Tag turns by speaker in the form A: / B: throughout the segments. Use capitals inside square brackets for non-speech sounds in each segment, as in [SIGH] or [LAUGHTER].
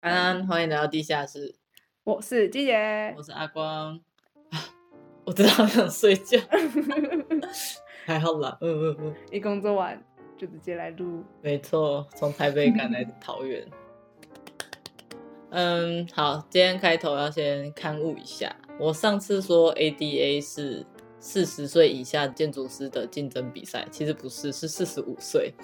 A: 安安，欢迎来到地下室，
B: 我是季姐
A: 我，是阿光。 [LAUGHS] 我真的好想睡觉， [LAUGHS] 还好啦，嗯嗯嗯，
B: [LAUGHS] 一工作完就直接来录，
A: 没错，从台北赶来桃园。嗯，好，今天开头要先刊物一下。我上次说 ADA 是四十岁以下建筑师的竞争比赛，其实不是，是四十五岁。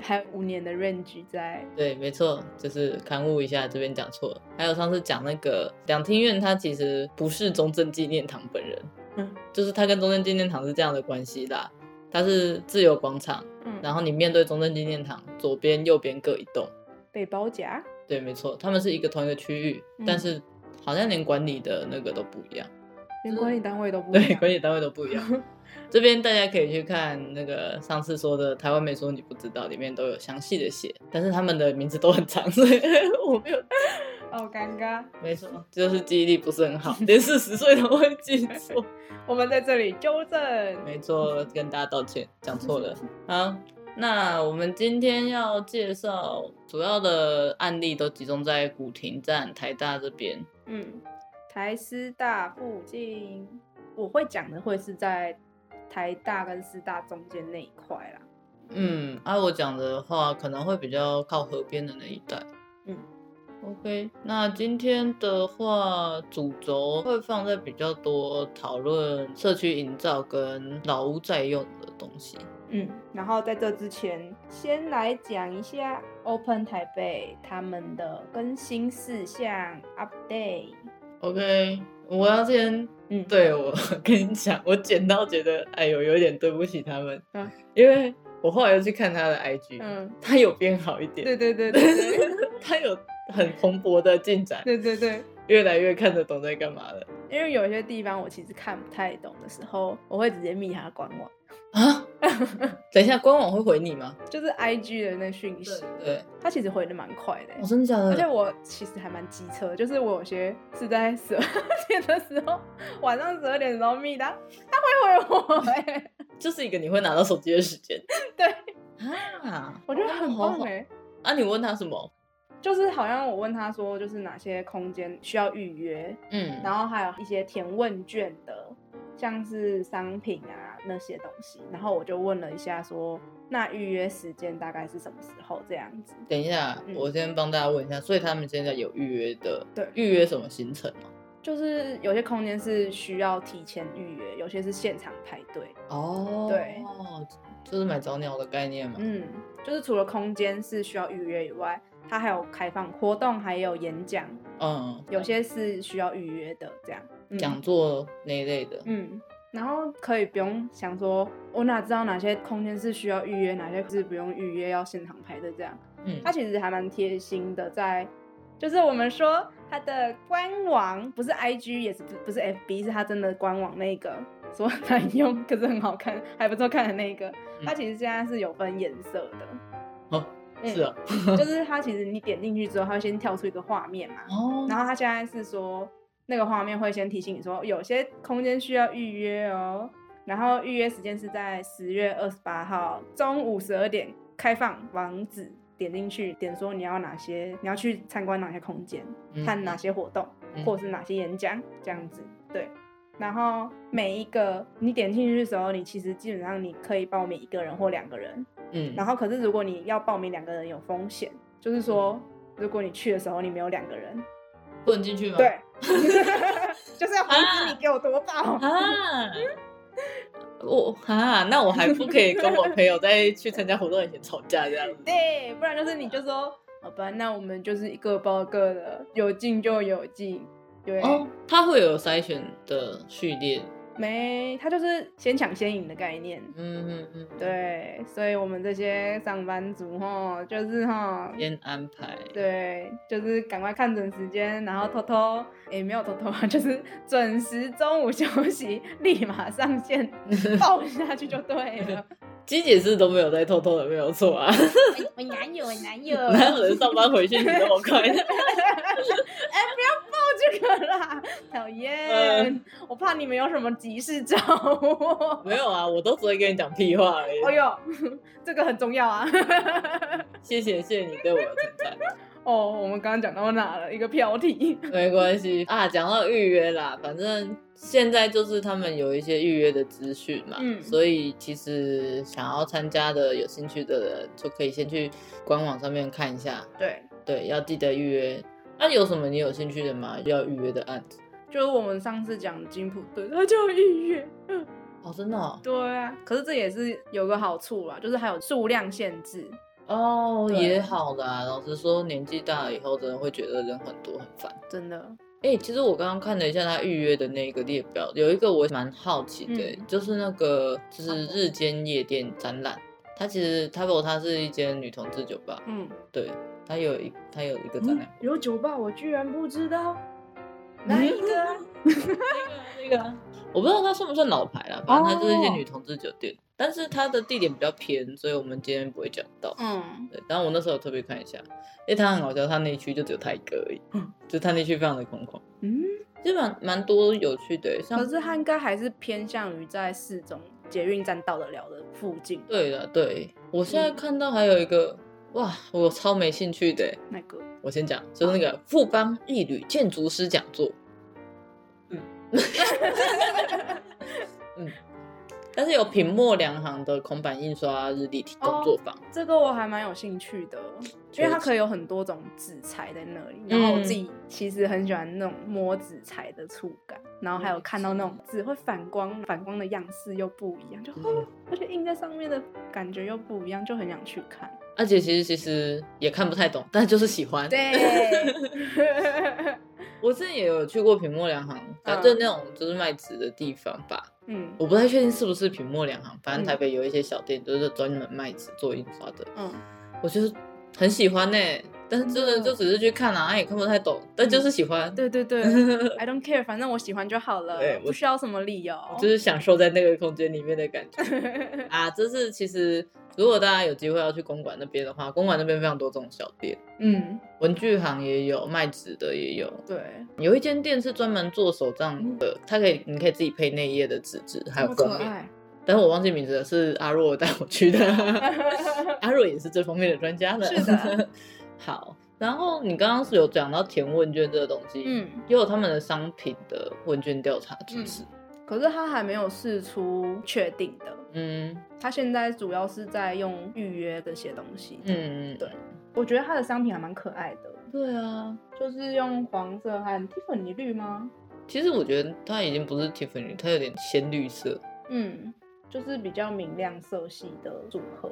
B: 还有五年的 range 在，
A: 对，没错，就是刊物一下，这边讲错了。还有上次讲那个两厅院，它其实不是中正纪念堂本人，
B: 嗯
A: 就是它跟中正纪念堂是这样的关系啦。它是自由广场，
B: 嗯，
A: 然后你面对中正纪念堂，左边、右边各一栋。
B: 被包夹，
A: 对，没错，他们是一个同一个区域，
B: 嗯
A: 但是好像连管理的那个都不一样，
B: 连管理单位都不一
A: 对，
B: 样
A: 管理单位都不一
B: [LAUGHS]
A: 样。这边大家可以去看那个上次说的台湾美术你不知道，里面都有详细的写，但是他们的名字都很长，所以 [LAUGHS] 我没有
B: [LAUGHS] 好尴尬。
A: 没错，就是记忆力不是很好，连四十岁都会记错。
B: 我们在这里纠正，
A: 没错，跟大家道歉，讲错了。好，那我们今天要介绍主要的案例都集中在古亭站、台大这边。
B: 嗯，台师大附近，我会讲的会是在台大跟师大中间那一块啦，
A: 嗯，按、我讲的话，可能会比较靠河边的那一带。
B: 嗯
A: ，OK，那今天的话，主轴会放在比较多讨论社区营造跟老屋再用的东西。
B: 嗯，然后在这之前，先来讲一下 Open 台北他们的更新事项 update。
A: OK，我要先
B: 嗯，，
A: 对我跟你讲，我剪到觉得哎呦，有点对不起他们，
B: 嗯
A: 因为我后来又去看他的 IG，、
B: 嗯，
A: [LAUGHS] 他有变好一点，
B: 对对对对对
A: 他有很蓬勃的进展，
B: 对对 [LAUGHS] 对，
A: 越来越看得懂在干嘛了
B: 因为有些地方我其实看不太懂的时候，我会直接密他官网，
A: 啊。等一下，官网会回你吗？
B: 就是 IG 的那讯息，
A: 对，嗯
B: 他其实回的蛮快的欸、
A: 我、真的假的？
B: 而且我其实还蛮机车，就是我有些是在十二点的时候，晚上十二点的时候密他，他会回我、欸，
A: 就是一个你会拿到手机的时间。
B: [LAUGHS] 对
A: 啊，
B: 我觉得很
A: 好
B: 棒
A: 好
B: 哎、
A: 啊，你问他什么？
B: 就是好像我问他说，就是哪些空间需要预约，
A: 嗯，
B: 然后还有一些填问卷的，像是商品啊那些东西。然后我就问了一下说，那预约时间大概是什么时候这样子？
A: 等一下，
B: 嗯
A: 我先帮大家问一下，所以他们现在有预约的，
B: 对
A: 预约什么行程吗？
B: 就是有些空间是需要提前预约，有些是现场排队。
A: 哦，
B: 对，
A: 就是买早鸟的概念嘛。
B: 嗯，就是除了空间是需要预约以外，它还有开放活动，还有演讲，
A: 嗯，
B: 有些是需要预约的这样。嗯
A: 讲座那一类的。
B: 嗯，然后可以不用想说，我哪知道哪些空间是需要预约，哪些是不用预约，要现场排队这样。
A: 嗯
B: 它其实还蛮贴心的在，就是我们说它的官网不是 IG 也是不不是 FB，是它真的官网那个说很难用，可是很好看，还不错看的那个。它其实现在是有分颜色的，
A: 嗯
B: 嗯
A: 哦，是啊。
B: 就是它其实你点进去之后，它会先跳出一个画面嘛，
A: 哦
B: 然后它现在是说，那个画面会先提醒你说，有些空间需要预约哦。然后预约时间是在十月二十八号中午十二点开放，网址点进去，点说你要哪些，你要去参观哪些空间，看哪？些活动，
A: 嗯
B: 或者是哪些演讲，这样子。对。然后每一个你点进去的时候，你其实基本上你可以报名一个人或两个人，
A: 嗯，
B: 然后可是如果你要报名两个人有风险，就是说如果你去的时候你没有两个人，
A: 不能进去吗？
B: 对，就是要防止你给我多报。
A: 啊。我啊，那我还不可以跟我朋友在去参加活动以前吵架这样子。
B: [LAUGHS] [LAUGHS] 对，不然就是你就说，好吧，那我们就是一个报各的，有进就有进。对，
A: 哦，他会有筛选的序列。
B: 没，他就是先抢先赢的概念。
A: 嗯嗯嗯，，
B: 对，所以我们这些上班族哈，就是哈，
A: 先安排。
B: 对，就是赶快看准时间，然后偷偷，也没有偷偷啊， [LAUGHS] 就是准时中午休息，立马上线报下去就对了。
A: 鸡姐是都没有在偷偷的，没有错啊。
B: 我我男友，我男友
A: 哪有人上班回去你那么
B: [LAUGHS]
A: 快？
B: 哎、不要报这个啦，讨厌！
A: 嗯
B: 我怕你们有什么急事找我。
A: 没有啊，我都只会跟你讲屁话而已。
B: 哎呦，这个很重要啊！ [LAUGHS]
A: 谢谢谢谢你对我的称赞。 [LAUGHS]
B: 哦，我们刚刚讲到哪了？一个标题。
A: 没关系啊，讲到预约啦，反正现在就是他们有一些预约的资讯嘛，
B: 嗯
A: 所以其实想要参加的有兴趣的人，就可以先去官网上面看一下，
B: 对，
A: 对，要记得预约。那、有什么你有兴趣的吗？要预约的案子？
B: 就是我们上次讲金普顿，它就有预约。
A: 哦，真的哦，
B: 对啊，可是这也是有个好处啦，就是还有数量限制。
A: 哦
B: 对
A: 也好啦。老实说，年纪大了以后，真的会觉得人很多很烦。
B: 真的，
A: 哎、其实我刚刚看了一下他预约的那个列表，有一个我蛮好奇的、
B: 嗯
A: 就是那个就是日间夜店展览，它其实 t a b o 它是一间女同志酒吧，
B: 嗯，
A: 对，它有一它有一个展览，
B: 有酒吧，我居然不知道。
A: 嗯
B: 哪一个啊？
A: 那个、我不知道它算不算老牌啦，反正它就是
B: 哦
A: 一间女同志酒店，但是它的地点比较偏，所以我们今天不会讲到。
B: 嗯，
A: 对，然后我那时候有特别看一下，因为它很好笑，它那一区就只有它一个而已，
B: 嗯
A: 就它那区非常的空旷，
B: 嗯，
A: 其实蛮蛮多有趣的、欸像
B: 可是它应该还是偏向于在市中捷运站到得了的附近。
A: 对了，对我现在看到还有一个、哇，我超没兴趣的欸。
B: 那个
A: 我先讲，就是那个富邦一旅建筑师讲座，嗯 [LAUGHS] 嗯，但是有品墨两行的孔板印刷日历体工作坊，
B: 这个我还蛮有兴趣的，因为它可以有很多种纸材在那里。然后我自
A: 嗯
B: 己其实很喜欢那种摸纸材的触感，然后还有看到那种纸会反光，反光的样式又不一样，
A: 嗯
B: 就、哦、而且印在上面的感觉又不一样，就很想去看。
A: 而且其实其实也看不太懂，但就是喜欢。
B: 对，
A: 我之前也有去过品墨两行，反正那种就是卖纸的地方吧，
B: [LAUGHS] 嗯
A: 我不太确定是不是品墨两行，反正
B: 嗯
A: 台北有一些小店就是专门卖纸做印刷的，
B: 嗯，
A: 我就是很喜欢呢、欸但是真的
B: 真的
A: 就只是去看啊，
B: 嗯
A: 啊也看不太懂，但就是喜欢，
B: 对
A: [LAUGHS]
B: 对对，I don't care，反正我喜欢就好了
A: 对，我
B: 不需要什么理由。
A: 就是享受在那个空间里面的感觉啊。这是其实如果大家有机会要去公馆那边的话，公馆那边非常多这种小店，
B: 嗯，
A: 文具行也有，卖纸的也有，
B: 对，
A: 有一间店是专门做手账的，它可以你可以自己配内页的纸质，还有
B: 这么
A: 封
B: 可
A: 面，
B: 爱。
A: 但是我忘记名字了，是阿若带我
B: [LAUGHS]
A: 去的。阿若也是这方面的专家呢。
B: 是的，
A: [LAUGHS] 好。然后你刚刚是有讲到填问卷这个东西，
B: 嗯，
A: 也有他们的商品的问卷调查机制，
B: 可是他还没有试出确定的，
A: 嗯
B: 他现在主要是在用预约这些东西。，
A: 嗯，
B: 对我觉得他的商品还蛮可爱的，
A: 对啊。
B: 就是用黄色和 Tiffany 绿吗？
A: 其实我觉得它已经不是 Tiffany，它有点鲜绿色，
B: 嗯，就是比较明亮色系的组合。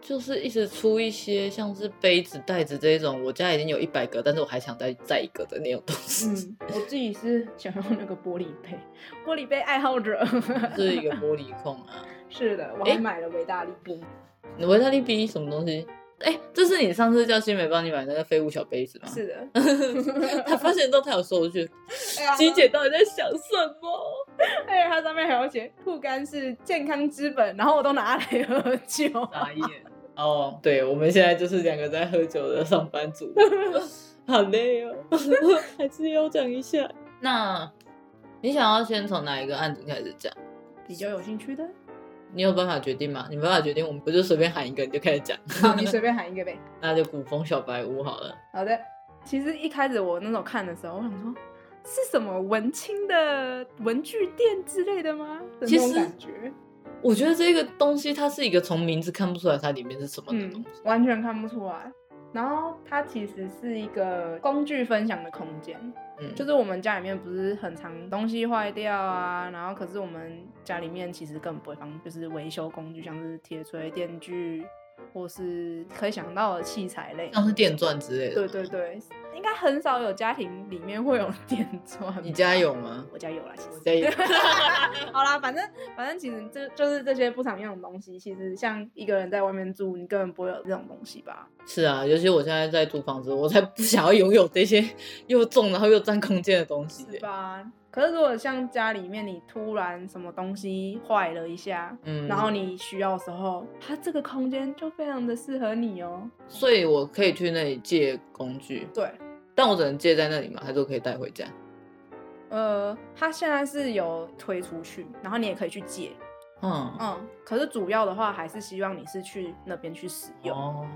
A: 就是一直出一些像是杯子、袋子这种，我家已经有一百个，但是我还想再再一个的那种东 [LAUGHS] 西，
B: 嗯，我自己是想要那个玻璃杯，玻璃杯爱好者。 [LAUGHS]
A: 是一个玻璃控啊。
B: 是的，我
A: 诶
B: 还买了维大利冰。
A: 你维他利 B 什么东西？哎，这是你上次叫新美帮你买那个废物小杯子吗？
B: 是的，
A: [LAUGHS] 他发现到他有
B: [LAUGHS]
A: 收据，
B: 哎呀
A: 金姐到底在想什么？
B: 哎，它上面还有写护肝是健康之本，然后我都拿来喝酒。
A: 傻眼。 [LAUGHS] 哦，对，我们现在就是两个在喝酒的上班 [LAUGHS] 族，好累哦， [LAUGHS] 还是要讲一下。那你想要先从哪一个案子开始讲？
B: 比较有兴
A: [LAUGHS]
B: 趣的，
A: 你有办法决定吗？你没办法决定，我们我就随便喊一个你就开始讲， [LAUGHS]
B: 好，你随便喊一个呗。
A: 那就古风小白屋好了。
B: 好的，其实一开始我那时候看的时候，我想说是什么文青的文具店之类的吗？的
A: 其
B: 那
A: 实
B: 种感觉，
A: 我觉得这个东西它是一个从名字看不出来它里面是什么的东
B: 嗯
A: 西，，
B: 完全看不出来。然后它其实是一个工具分享的空间，
A: 嗯，
B: 就是我们家里面不是很常东西坏掉啊，然后可是我们家里面其实根本不会放，就是维修工具，像是铁锤、电锯，或是可以想到的器材类。
A: 像是电钻之类的。嗯
B: 对对，对，应该很少有家庭里面会有电钻。
A: 你家有？吗？
B: 我家有啦，其
A: 我
B: 实。
A: 家有。
B: [LAUGHS] 好啦，反正反正其实这就是这些不常用的东西，其实像一个人在外面住，你根本不会有这种东西吧？
A: 是啊，尤其我现在在租房子，我才不想要拥有这些 [LAUGHS] 又重然后又占空间的东西
B: 是
A: 耶。
B: 吧？可是如果像家里面你突然什么东西坏了一下，
A: 嗯，
B: 然后你需要的时候，它这个空间就非常的适合你哦。
A: 所以我可以去那里借工具，
B: 对，
A: 但我只能借在那里嘛，还是我可以带回家？
B: 呃，它现在是有推出去，然后你也可以去借，
A: 嗯，
B: 嗯，可是主要的话还是希望你是去那边去使用，
A: 哦，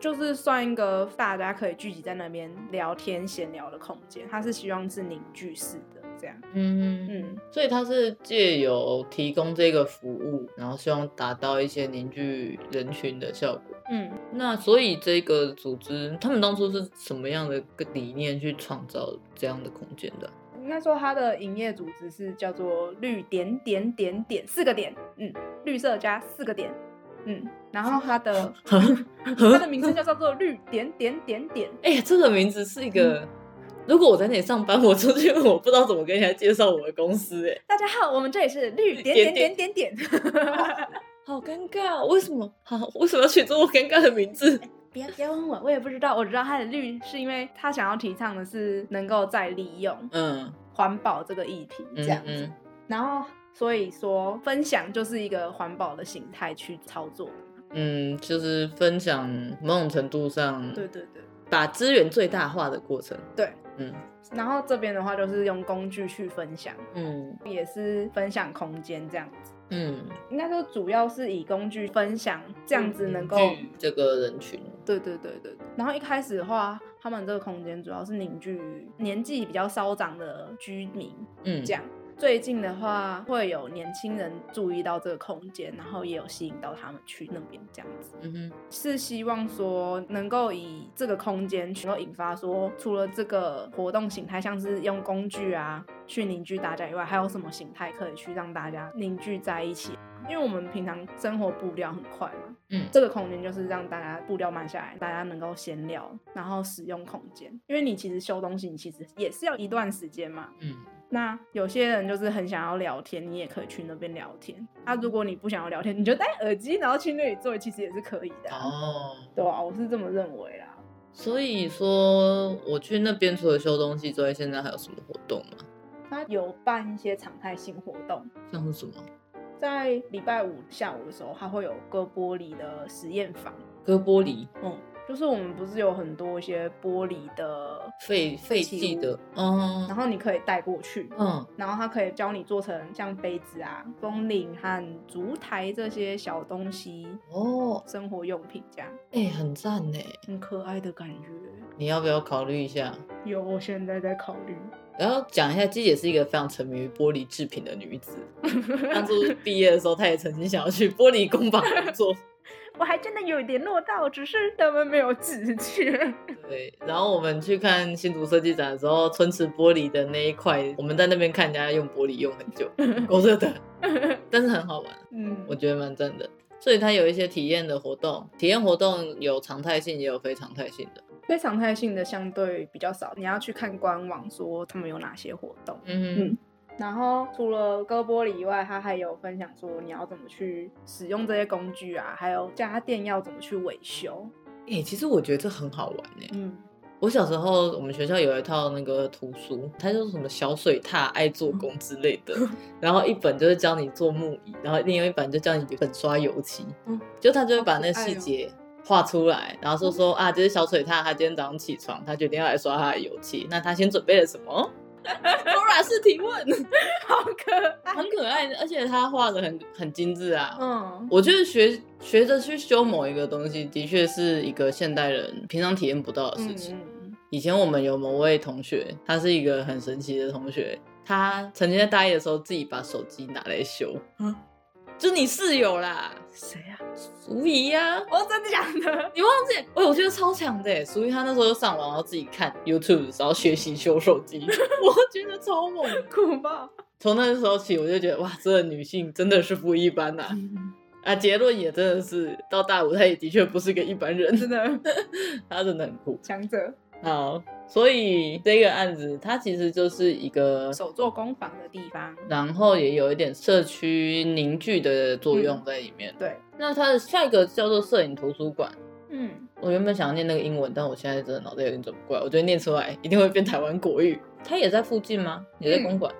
B: 就是算一个大家可以聚集在那边聊天闲聊的空间，它是希望是凝聚式的这样。
A: 嗯嗯，
B: 嗯，
A: 所以他是借由提供这个服务，然后希望达到一些凝聚人群的效果。
B: 嗯，
A: 那所以这个组织，他们当初是什么样的个理念去创造这样的空间的？啊
B: 应该说它的营业组织是叫做绿点点点点四个点，嗯，绿色加四个点，嗯，然后
A: [LAUGHS]
B: 它的它的名称叫做绿点点点点，
A: 哎、呀，这个名字是一个，如果我在那里上班，我出去我不知道怎么跟人家介绍我的公司、哎，
B: 大家好，我们这里是绿点点点点点，
A: 好尴尬哦，为什么？好，为什么要取这么尴尬的名字？
B: 别别问我，我也不知道，我知道它的绿是因为它想要提倡的是能够再利用
A: 嗯，
B: 环保这个议题这
A: 嗯
B: 样子，
A: 嗯
B: 然后所以说分享就是一个环保的形态去操作的嘛，
A: 嗯，就是分享某种程度上，
B: 对对对。
A: 把资源最大化的过程。
B: 对，
A: 嗯
B: 然后这边的话就是用工具去分享，
A: 嗯
B: 也是分享空间这样子。
A: 嗯，
B: 应该说主要是以工具分享，这样子能够、
A: 凝聚这个人群。
B: 对对对对。然后一开始的话，他们这个空间主要是凝聚年纪比较稍长的居民
A: 嗯，
B: 这样。最近的话，会有年轻人注意到这个空间，然后也有吸引到他们去那边这样子。
A: 嗯
B: 是希望说能够以这个空间去能够引发说，除了这个活动形态，像是用工具啊去凝聚大家以外，还有什么形态可以去让大家凝聚在一起？因为我们平常生活步调很快嘛，
A: 嗯
B: 这个空间就是让大家步调慢下来，大家能够闲聊，然后使用空间。因为你其实修东西，你其实也是要一段时间嘛，
A: 哼嗯
B: 那有些人就是很想要聊天，你也可以去那边聊天。那、如果你不想要聊天，你就戴耳机，然后去那里坐，其实也是可以的啊、
A: 哦。
B: 对啊，我是这么认为啦。
A: 所以说，我去那边除了修东西之外，现在还有什么活动吗？
B: 他有办一些常态性活动，
A: 像是什么
B: 在礼拜五下午的时候，他会有割玻璃的实验房。
A: 割玻璃、
B: 嗯，就是我们不是有很多一些玻璃的，
A: 废废
B: 弃
A: 弃
B: 物
A: 的，嗯
B: 然后你可以带过去，
A: 嗯
B: 然后他可以教你做成像杯子啊、风铃和烛台这些小东西，
A: 哦，
B: 生活用品这样，
A: 哎、很赞呢。
B: 很可爱的感觉。
A: 你要不要考虑一下？
B: 有，我现在在考虑。 [LAUGHS]
A: 然后讲一下，鸡姐是一个非常沉迷于玻璃制品的女子。 [LAUGHS] 当初毕业的时候，她也曾经想要去玻璃工坊工作。
B: 我还真的有点落到，只是他们没有直觉。
A: 对，然后我们去看新竹设计展的时候，春池玻璃的那一块，我们在那边看人家用玻璃用很久，够热的，但是很好玩，
B: 嗯
A: 我觉得蛮赞的。所以它有一些体验的活动，体验活动有常态性，也有非常态性的。
B: 非常态性的相对比较少，你要去看官网说他们有哪些活动。
A: 嗯
B: 嗯然后除了割玻璃以外，他还有分享说你要怎么去使用这些工具啊，还有家电要怎么去维修。
A: 哎、其实我觉得这很好玩哎、
B: 嗯，
A: 我小时候，我们学校有一套那个图书，它就是什么小水獭爱做工之类的，
B: 嗯
A: 然后一本就是教你做木椅，然后另外一本就教你粉刷油漆，
B: 嗯
A: 就他就会把那个
B: 好可爱
A: 细
B: 哦嗯
A: 节画出来，然后说说啊，这是小水獭，他今天早上起床，他决定要来刷他的油漆，那他先准备了什么？多拉式提问，
B: 好可爱。
A: 很可爱，而且他画的很很精致啊，
B: 嗯，
A: 我觉得学学着去修某一个东西，的确是一个现代人平常体验不到的事
B: 嗯
A: 情。
B: 嗯
A: 以前我们有某位同学，他是一个很神奇的同学，他曾经在大一的时候自己把手机拿来修，
B: 嗯
A: 就你室友啦，
B: 谁啊？
A: 淑仪呀、
B: 哦，真的假的？ [LAUGHS]
A: 你忘记？哎、我觉得超强的耶！淑仪她那时候就上网，然后自己看 YouTube，然后学习修手
B: [LAUGHS]
A: 机，我觉得超猛。
B: 酷爆！
A: 从那时候起，我就觉得哇，这个女性真的是不一般呐、
B: [LAUGHS]
A: 啊！
B: 嗯
A: 结论也真的是到大五，她也的确不是个一般人，
B: 真的
A: [LAUGHS] 她真的很酷。
B: 强者，
A: 好，所以这个案子它其实就是一个
B: 手做工坊的地方。
A: 然后也有一点社区凝聚的作用
B: 嗯
A: 在里面。
B: 对，
A: 那它的下一个叫做摄影图书馆。
B: 嗯，
A: 我原本想要念那个英文，但我现在真的脑袋有点转不过来，我觉得念出来一定会变台湾国语。它也在附近吗？也在
B: 嗯
A: 公馆？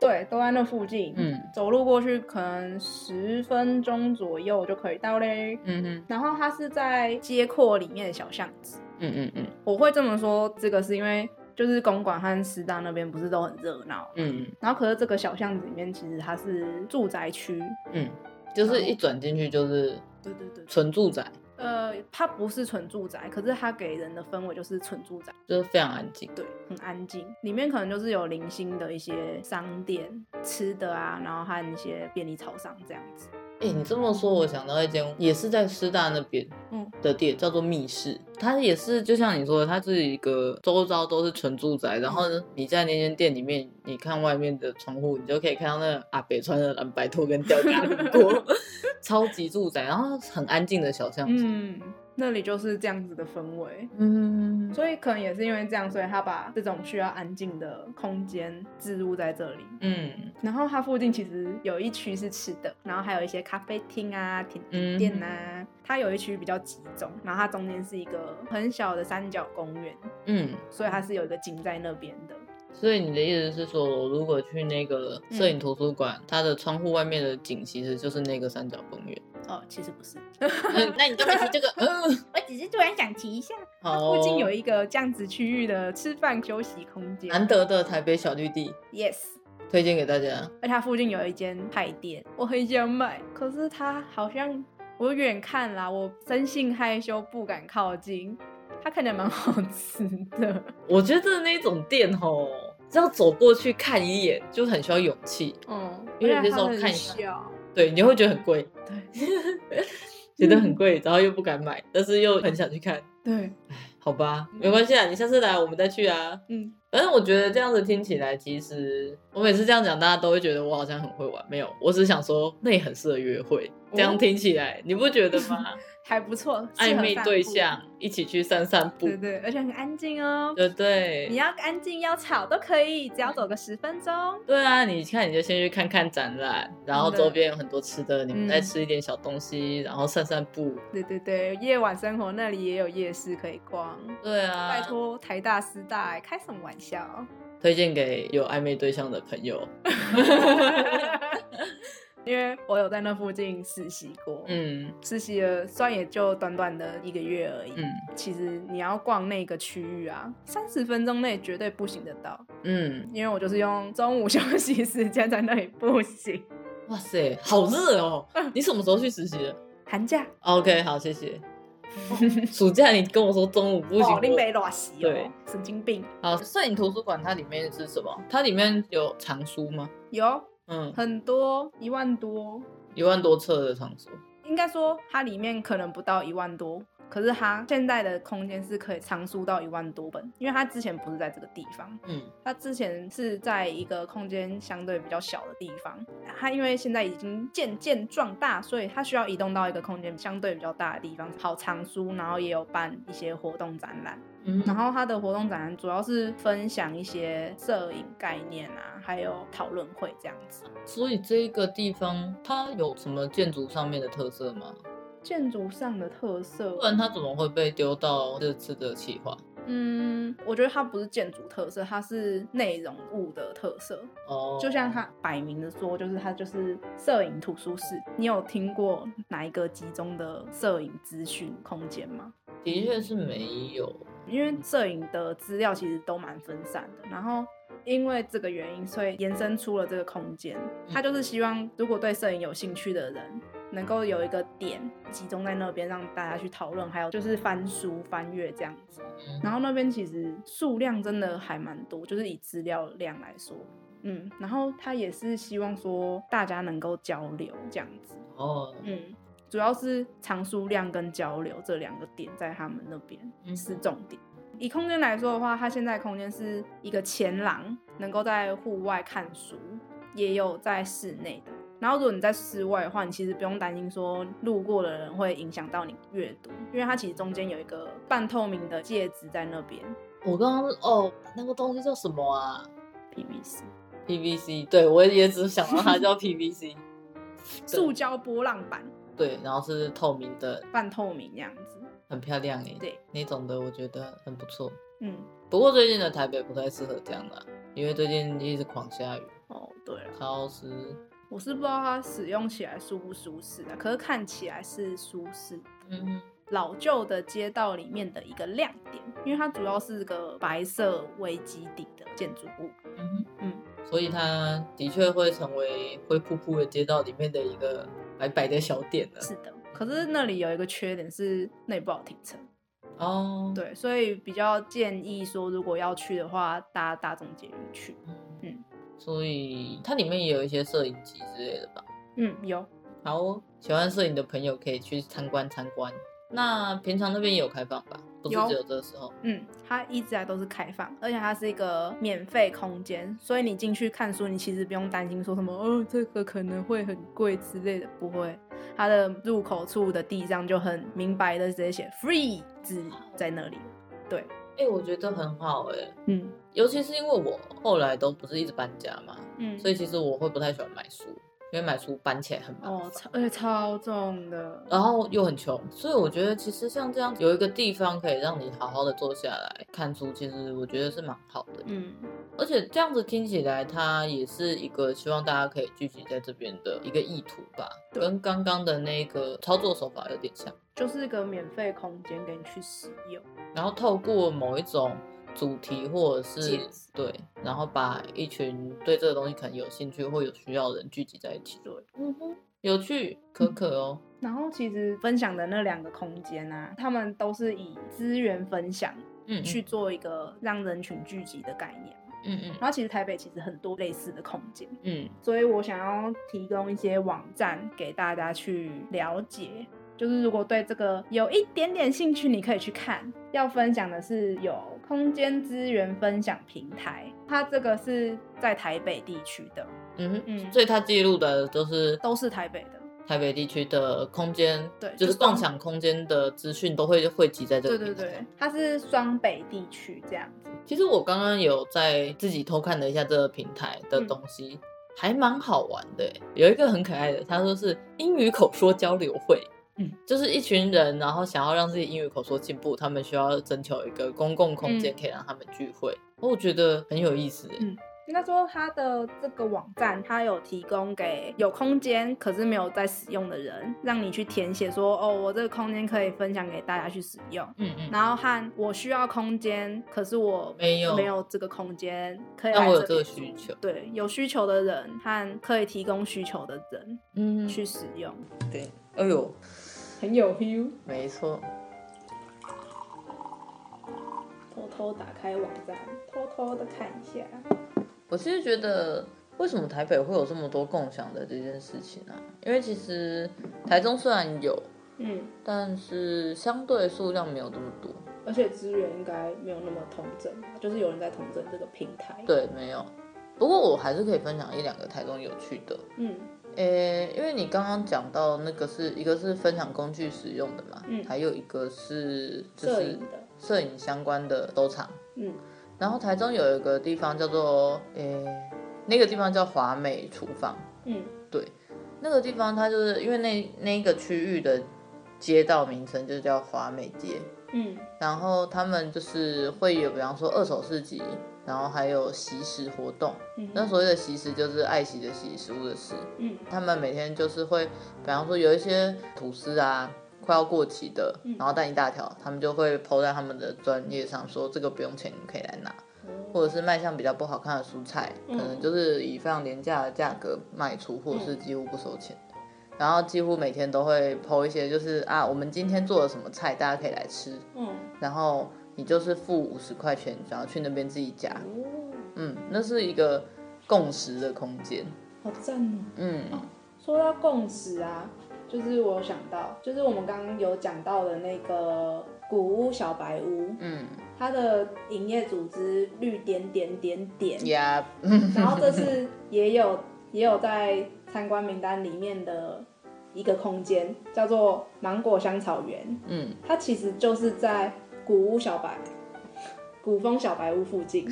B: 对，都在那附近。
A: 嗯
B: 走路过去可能十分钟左右就可以到嘞。
A: 嗯哼
B: 然后它是在街廓里面的小巷子。
A: 嗯嗯嗯
B: 我会这么说，这个是因为就是公馆和师大那边不是都很热闹，
A: 嗯
B: 然后可是这个小巷子里面其实它是住宅区，
A: 嗯就是一转进去就是
B: 对对对，
A: 纯住宅，
B: 呃，它不是纯住宅，可是它给人的氛围就是纯住宅，
A: 就是非常安静。
B: 对，很安静。里面可能就是有零星的一些商店、吃的啊，然后和一些便利超商这样子。
A: 哎、你这么说，我想到一间也是在师大那边，
B: 嗯
A: 的店叫做密室，它也是就像你说的，它是一个周遭都是纯住宅，然后呢，
B: 嗯
A: 你在那间店里面，你看外面的窗户，你就可以看到那个阿北穿着蓝白拖跟吊嘎路
B: 嗯
A: 过， [LAUGHS] 超级住宅，然后很安静的小巷子，
B: 嗯，那里就是这样子的氛围。
A: 嗯，
B: 所以可能也是因为这样，所以他把这种需要安静的空间置入在这里。
A: 嗯
B: 然后它附近其实有一区是吃的，然后还有一些咖啡厅啊、甜
A: 嗯
B: 点店啊。它有一区比较集中，然后它中间是一个很小的三角公园，
A: 嗯，
B: 所以它是有一个景在那边的。
A: 所以你的意思是说，我如果去那个
B: 嗯
A: 摄影图书馆，它的窗户外面的景其实就是那个三角公
B: [LAUGHS]
A: 园， [LAUGHS]
B: 哦，其实不是，
A: 嗯那你干嘛提这个？ [LAUGHS] 嗯，
B: 我只是突然想提一下，它
A: 好，
B: 附近有一个这样子区域的吃饭休息空间。
A: 难得的台北小绿地，
B: ，yes。
A: 推荐给大家。
B: 而且它附近有一间派店，我很想买，可是它好像我远看啦，我生性害羞不敢靠近。它看起来蛮好吃的，
A: 我觉得那种店吼，只要走过去看一眼，就很需要勇气。
B: 嗯，
A: 因哦为有些
B: 而且
A: 时候
B: 它很
A: 看一下
B: 小，
A: 对，你就会觉得很贵，
B: 对
A: 觉得很贵，然后又不敢买，但是又很想去看。
B: 对，
A: 好吧，没关系啊，你下次来我们再去啊。
B: 嗯，
A: 反正我觉得这样子听起来，其实我每次这样讲，大家都会觉得我好像很会玩。没有，我只是想说，那也很适合约会。这样听起来，你不觉得 [LAUGHS] 吗？
B: 还不错，适
A: 暧
B: 合
A: 昧
B: 散步
A: 对象，一起去散散步，
B: 对对，而且很安静哦。
A: 对不对
B: 你？要安静要吵都可以，只要走个十分钟。
A: 对啊，你看你就先去看看展览，然后
B: 真的
A: 周边有很多吃的，你们
B: 嗯
A: 再吃一点小东西，然后散散步。
B: 对对对，夜晚生活那里也有夜市可以逛。
A: 对啊，
B: 拜，托，台大师大欸开什么玩笑？
A: 推荐给有暧昧对象的朋友。
B: [LAUGHS] 因为我有在那附近实习过，，
A: 嗯
B: 实习了虽然也就短短的一个月而已，
A: 嗯
B: 其实你要逛那个区域啊，三十分钟内绝对不行得到，
A: 嗯，
B: 因为我就是用中午休息时间在那里步行。 [LAUGHS]
A: 哇塞，好热 [LAUGHS] 哦！你什么时候去实习的哦
B: 寒假，
A: ？OK，好，谢谢。 [LAUGHS] 暑假你跟我说中午不行
B: 哦，林
A: 我
B: 北乱洗
A: 对
B: 哦，神经病。
A: 好，摄影图书馆它里面是什么？它里面有藏书吗？
B: 有
A: 嗯，
B: 很多，一万多，
A: 一万多册的藏书。
B: 应该说它里面可能不到一万多，可是它现在的空间是可以藏书到一万多本，因为它之前不是在这个地方，
A: 嗯
B: 它之前是在一个空间相对比较小的地方。它因为现在已经渐渐壮大，所以它需要移动到一个空间相对比较大的地方，好藏书，然后也有办一些活动展览。
A: 嗯，
B: 然后它的活动展览主要是分享一些摄影概念啊，还有讨论会这样子。
A: 所以这个地方它有什么建筑上面的特色吗？
B: 建筑上的特色
A: 不，然它怎么会被丢到这次的企划？
B: 嗯，我觉得它不是建筑特色，它是内容物的特色。
A: 哦，
B: 就像它摆明的说，就是它就是摄影图书室。你有听过哪一个集中的摄影资讯空间吗？
A: 的确是没有，
B: 因为摄影的资料其实都蛮分散的，然后因为这个原因，所以延伸出了这个空间。他就是希望，如果对摄影有兴趣的人，能够有一个点集中在那边，让大家去讨论，还有就是翻书、翻阅这样子。
A: 嗯
B: 然后那边其实数量真的还蛮多，就是以资料量来说，嗯，然后他也是希望说大家能够交流这样子，
A: 哦，
B: 嗯，主要是藏书量跟交流这两个点在他们那
A: 嗯
B: 边是重点。以空间来说的话，它现在空间是一个前廊，能够在户外看书，也有在室内的。然后如果你在室外的话，你其实不用担心说路过的人会影响到你阅读，因为它其实中间有一个半透明的介质在那边。
A: 我刚刚哦，那个东西叫什么啊
B: PVC
A: ？PVC，对我也只想到它
B: [LAUGHS]
A: 叫 PVC，
B: 塑胶波浪板，
A: 对，然后是透明的，
B: 半透明那样子。
A: 很漂亮诶，
B: 对，
A: 那种的我觉得很不错。
B: 嗯，
A: 不过最近的台北不太适合这样啦，因为最近一直狂下雨，
B: 哦，对了，
A: 超湿。
B: 我是不知道它使用起来舒不舒适啊，可是看起来是舒适的。
A: 嗯，
B: 老旧的街道里面的一个亮点，因为它主要是个白色为基底的建筑物。
A: 嗯哼
B: 嗯，
A: 所以它的确会成为灰扑扑的街道里面的一个白白的小店了。
B: 是的，可是那里有一个缺点是那里不好停车，
A: 哦，，
B: 对，所以比较建议说，如果要去的话，搭大众捷运去。嗯
A: 所以它里面也有一些摄影机之类的吧。
B: 嗯，有
A: 好哦、喜欢摄影的朋友可以去参观参观。那平常那边也有开放吧？不是
B: 有
A: 只有这个时候。
B: 嗯，它一直来都是开放，而且它是一个免费空间，所以你进去看书，你其实不用担心说什么哦，这个可能会很贵之类的，不会。它的入口处的地上就很明白的直接写 “free” 字在那里。
A: 哎、我觉得很好哎、
B: 嗯
A: 尤其是因为我后来都不是一直搬家嘛，
B: 嗯，
A: 所以其实我会不太喜欢买书，因为买书搬起来很麻烦。
B: 哦，超而且超重的。
A: 然后又很穷，所以我觉得其实像这样有一个地方可以让你好好的坐下来看书，其实我觉得是蛮好的。
B: 嗯，
A: 而且这样子听起来，它也是一个希望大家可以聚集在这边的一个意图吧，
B: 对
A: 跟刚刚的那个操作手法有点像。
B: 就是一个免费空间给你去使用。
A: 然后透过某一种主题或者是
B: 介质
A: 对，然后把一群对这个东西可能有兴趣或有需要的人聚集在一起，
B: 对，
A: 嗯哼，有趣可
B: 嗯
A: 可哦，
B: 然后其实分享的那两个空间啊，他们都是以资源分享
A: 嗯
B: 去做一个让人群聚集的概念。
A: 嗯嗯
B: 然后其实台北其实很多类似的空间，
A: 嗯
B: 所以我想要提供一些网站给大家去了解。就是如果对这个有一点点兴趣，你可以去看。要分享的是有空间资源分享平台，它这个是在台北地区的，
A: 嗯哼，
B: 嗯，
A: 所以它记录的都是
B: 都是台北的。
A: 台北地区的空间，
B: 对
A: 就是
B: 就光
A: 共享空间的资讯都会汇集在这个
B: 对
A: 平
B: 对
A: 台上。
B: 对，它是双北地区这样子。
A: 其实我刚刚有在自己偷看了一下这个平台的
B: 嗯
A: 东西，还蛮好玩的欸。有一个很可爱的，他说是英语口说交流会，
B: 嗯，
A: [LAUGHS] 就是一群人，然后想要让自己英语口说进步，他们需要征求一个公共空间
B: 嗯
A: 可以让他们聚会。我觉得很有意思欸，
B: 嗯应该说，它的这个网站，它有提供给有空间可是没有在使用的人，让你去填写说，哦，我这个空间可以分享给大家去使用。
A: 嗯嗯，
B: 然后和我需要空间，可是我
A: 没有
B: 没有这个空间，可以
A: 但
B: 来
A: 我有
B: 这
A: 这个
B: 边
A: 需
B: 住
A: 求
B: 对，有需求的人和可以提供需求的人
A: 嗯，
B: 去使用，
A: 对，哎呦，
B: 很有 feel。
A: 没错，
B: 偷偷打开网站，偷偷的看一下。
A: 我其实觉得，为什么台北会有这么多共享的这件事情啊？因为其实台中虽然有，
B: 嗯，
A: 但是相对数量没有这么多。
B: 而且资源应该没有那么同整，就是有人在同整这个平台。
A: 对，没有。不过我还是可以分享一两个台中有趣的。
B: 嗯
A: 诶，因为你刚刚讲到那个是一个是分享工具使用的嘛，
B: 嗯
A: 还有一个是就
B: 摄
A: 是
B: 影的，
A: 摄影相关的收藏。
B: 嗯
A: 然后台中有一个地方叫做诶，那个地方叫华美厨房，
B: 嗯
A: 那个地方它就是因为那那一个区域的街道名称就叫华美街，
B: 嗯
A: 然后他们就是会有比方说二手市集，然后还有习食活动。
B: 嗯
A: 那所谓的习食就是爱惜的惜，食物的食。
B: 嗯
A: 他们每天就是会，比方说有一些吐司啊快要过期的，
B: 嗯
A: 然后但一大条，他们就会抛在他们的专业上说这个不用钱，你们可以来拿。
B: 哦
A: 或者是卖相比较不好看的蔬菜，可
B: 嗯
A: 能就是以非常廉价的价格卖出，或者是几乎不收钱。然后几乎每天都会抛一些，就是啊，我们今天做了什么菜，大家可以来吃。
B: 嗯
A: 然后你就是付五十块钱，然后去那边自己夹。
B: 哦，
A: 嗯，那是一个共识的空间。
B: 好赞哦！
A: 嗯，
B: 说到共识啊，就是我有想到，就是我们刚刚有讲到的那个古屋小白屋，
A: 嗯
B: 它的营业组织绿点点点点，
A: 呀，
B: 然后这次也有 [LAUGHS] 也有在参观名单里面的一个空间，叫做芒果香草园，
A: 嗯，
B: 它其实就是在古屋小白。古风小白屋附近，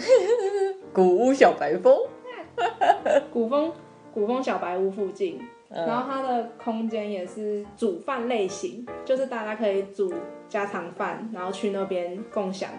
A: 古屋小白风。
B: 古风古风小白屋附近，然后它的空间也是煮饭类型，就是大家可以煮家常饭，然后去那边共享，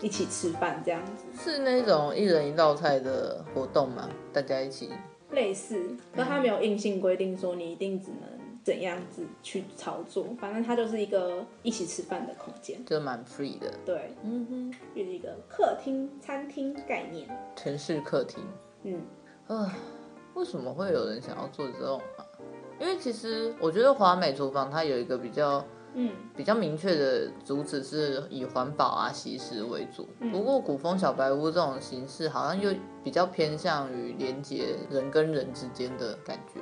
B: 一起吃饭这样子，
A: 是那种一人一道菜的活动嘛，大家一起。
B: 类似。可它没有硬性规定说你一定只能怎样子去操作，反正它就是一个一起吃饭的空间，
A: 就蛮 free 的，
B: 对，
A: 嗯
B: 就是一个客厅、餐厅概念。
A: 哼，城市客厅，
B: 嗯，
A: 啊，为什么会有人想要做这种啊？因为其实我觉得华美厨房它有一个比较
B: 嗯
A: 比较明确的主旨是以环保啊、惜食为主。
B: 嗯
A: 不过古风小白屋这种形式好像又比较偏向于连接人跟人之间的感觉。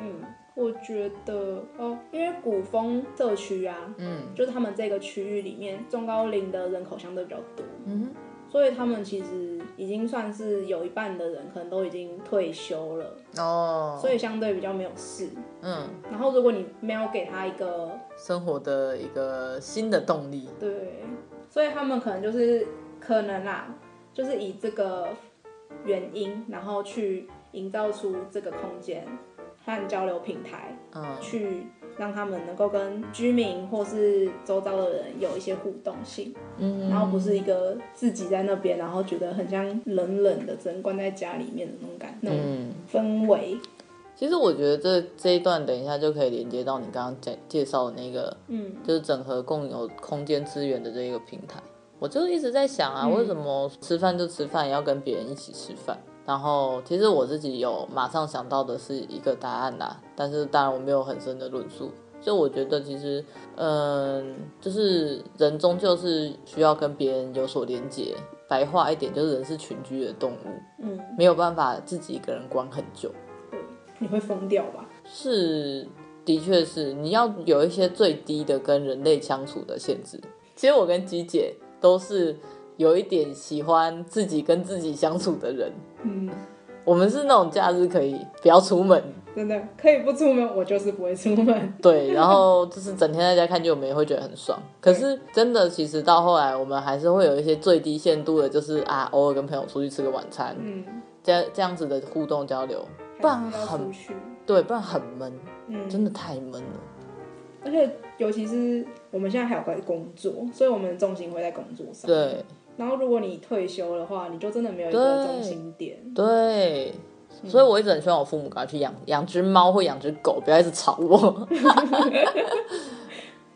B: 嗯，我觉得哦，因为古风社区啊，
A: 嗯
B: 就是他们这个区域里面中高龄的人口相对比较多，
A: 嗯
B: 所以他们其实已经算是有一半的人可能都已经退休了，
A: 哼哦，
B: 所以相对比较没有事。
A: 嗯，
B: 然后如果你没有给他一个
A: 生活的一个新的动力。
B: 对，所以他们可能就是可能啦，就是以这个原因，然后去营造出这个空间和交流平台，
A: 嗯
B: 去让他们能够跟居民或是周遭的人有一些互动性，
A: 嗯，
B: 然后不是一个自己在那边，然后觉得很像冷冷的，只能关在家里面的那种感，那种
A: 嗯。
B: 氛围。
A: 其实我觉得这这一段等一下就可以连接到你刚刚介介绍的那个，
B: 嗯，
A: 就是整合共有空间资源的这一个平台。我就一直在想啊，
B: 嗯
A: 为什么吃饭就吃饭，也要跟别人一起吃饭？然后其实我自己有马上想到的是一个答案啦，但是当然我没有很深的论述。就我觉得其实，嗯，就是人终究是需要跟别人有所连结。白话一点，就是人是群居的动物，
B: 嗯，
A: 没有办法自己一个人关很久。
B: 对，你会疯掉吧？
A: 是，的确是，你要有一些最低的跟人类相处的限制。其实我跟鸡姐都是有一点喜欢自己跟自己相处的人，
B: 嗯，
A: 我们是那种假日可以不要出门，
B: 真的可以不出门，我就是不会出门。
A: 对，然后就是整天在家看剧，我们也会觉得很爽。可是真的，其实到后来，我们还是会有一些最低限度的，就是啊，偶尔跟朋友出去吃个晚餐，
B: 嗯，
A: 这这样子的互动交流，不然
B: 还是要出
A: 很
B: 去，
A: 对，不然很闷，
B: 嗯，
A: 真的太闷了。
B: 而且尤其是我们现在还有在工作，所以我们的重心会在工作上。。
A: 对，
B: 然后如果你退休的话，你就真的没有一个重心点。
A: 对，所以我一直很希望我父母赶快去养养只猫或养只狗，不要一直吵我。 [LAUGHS]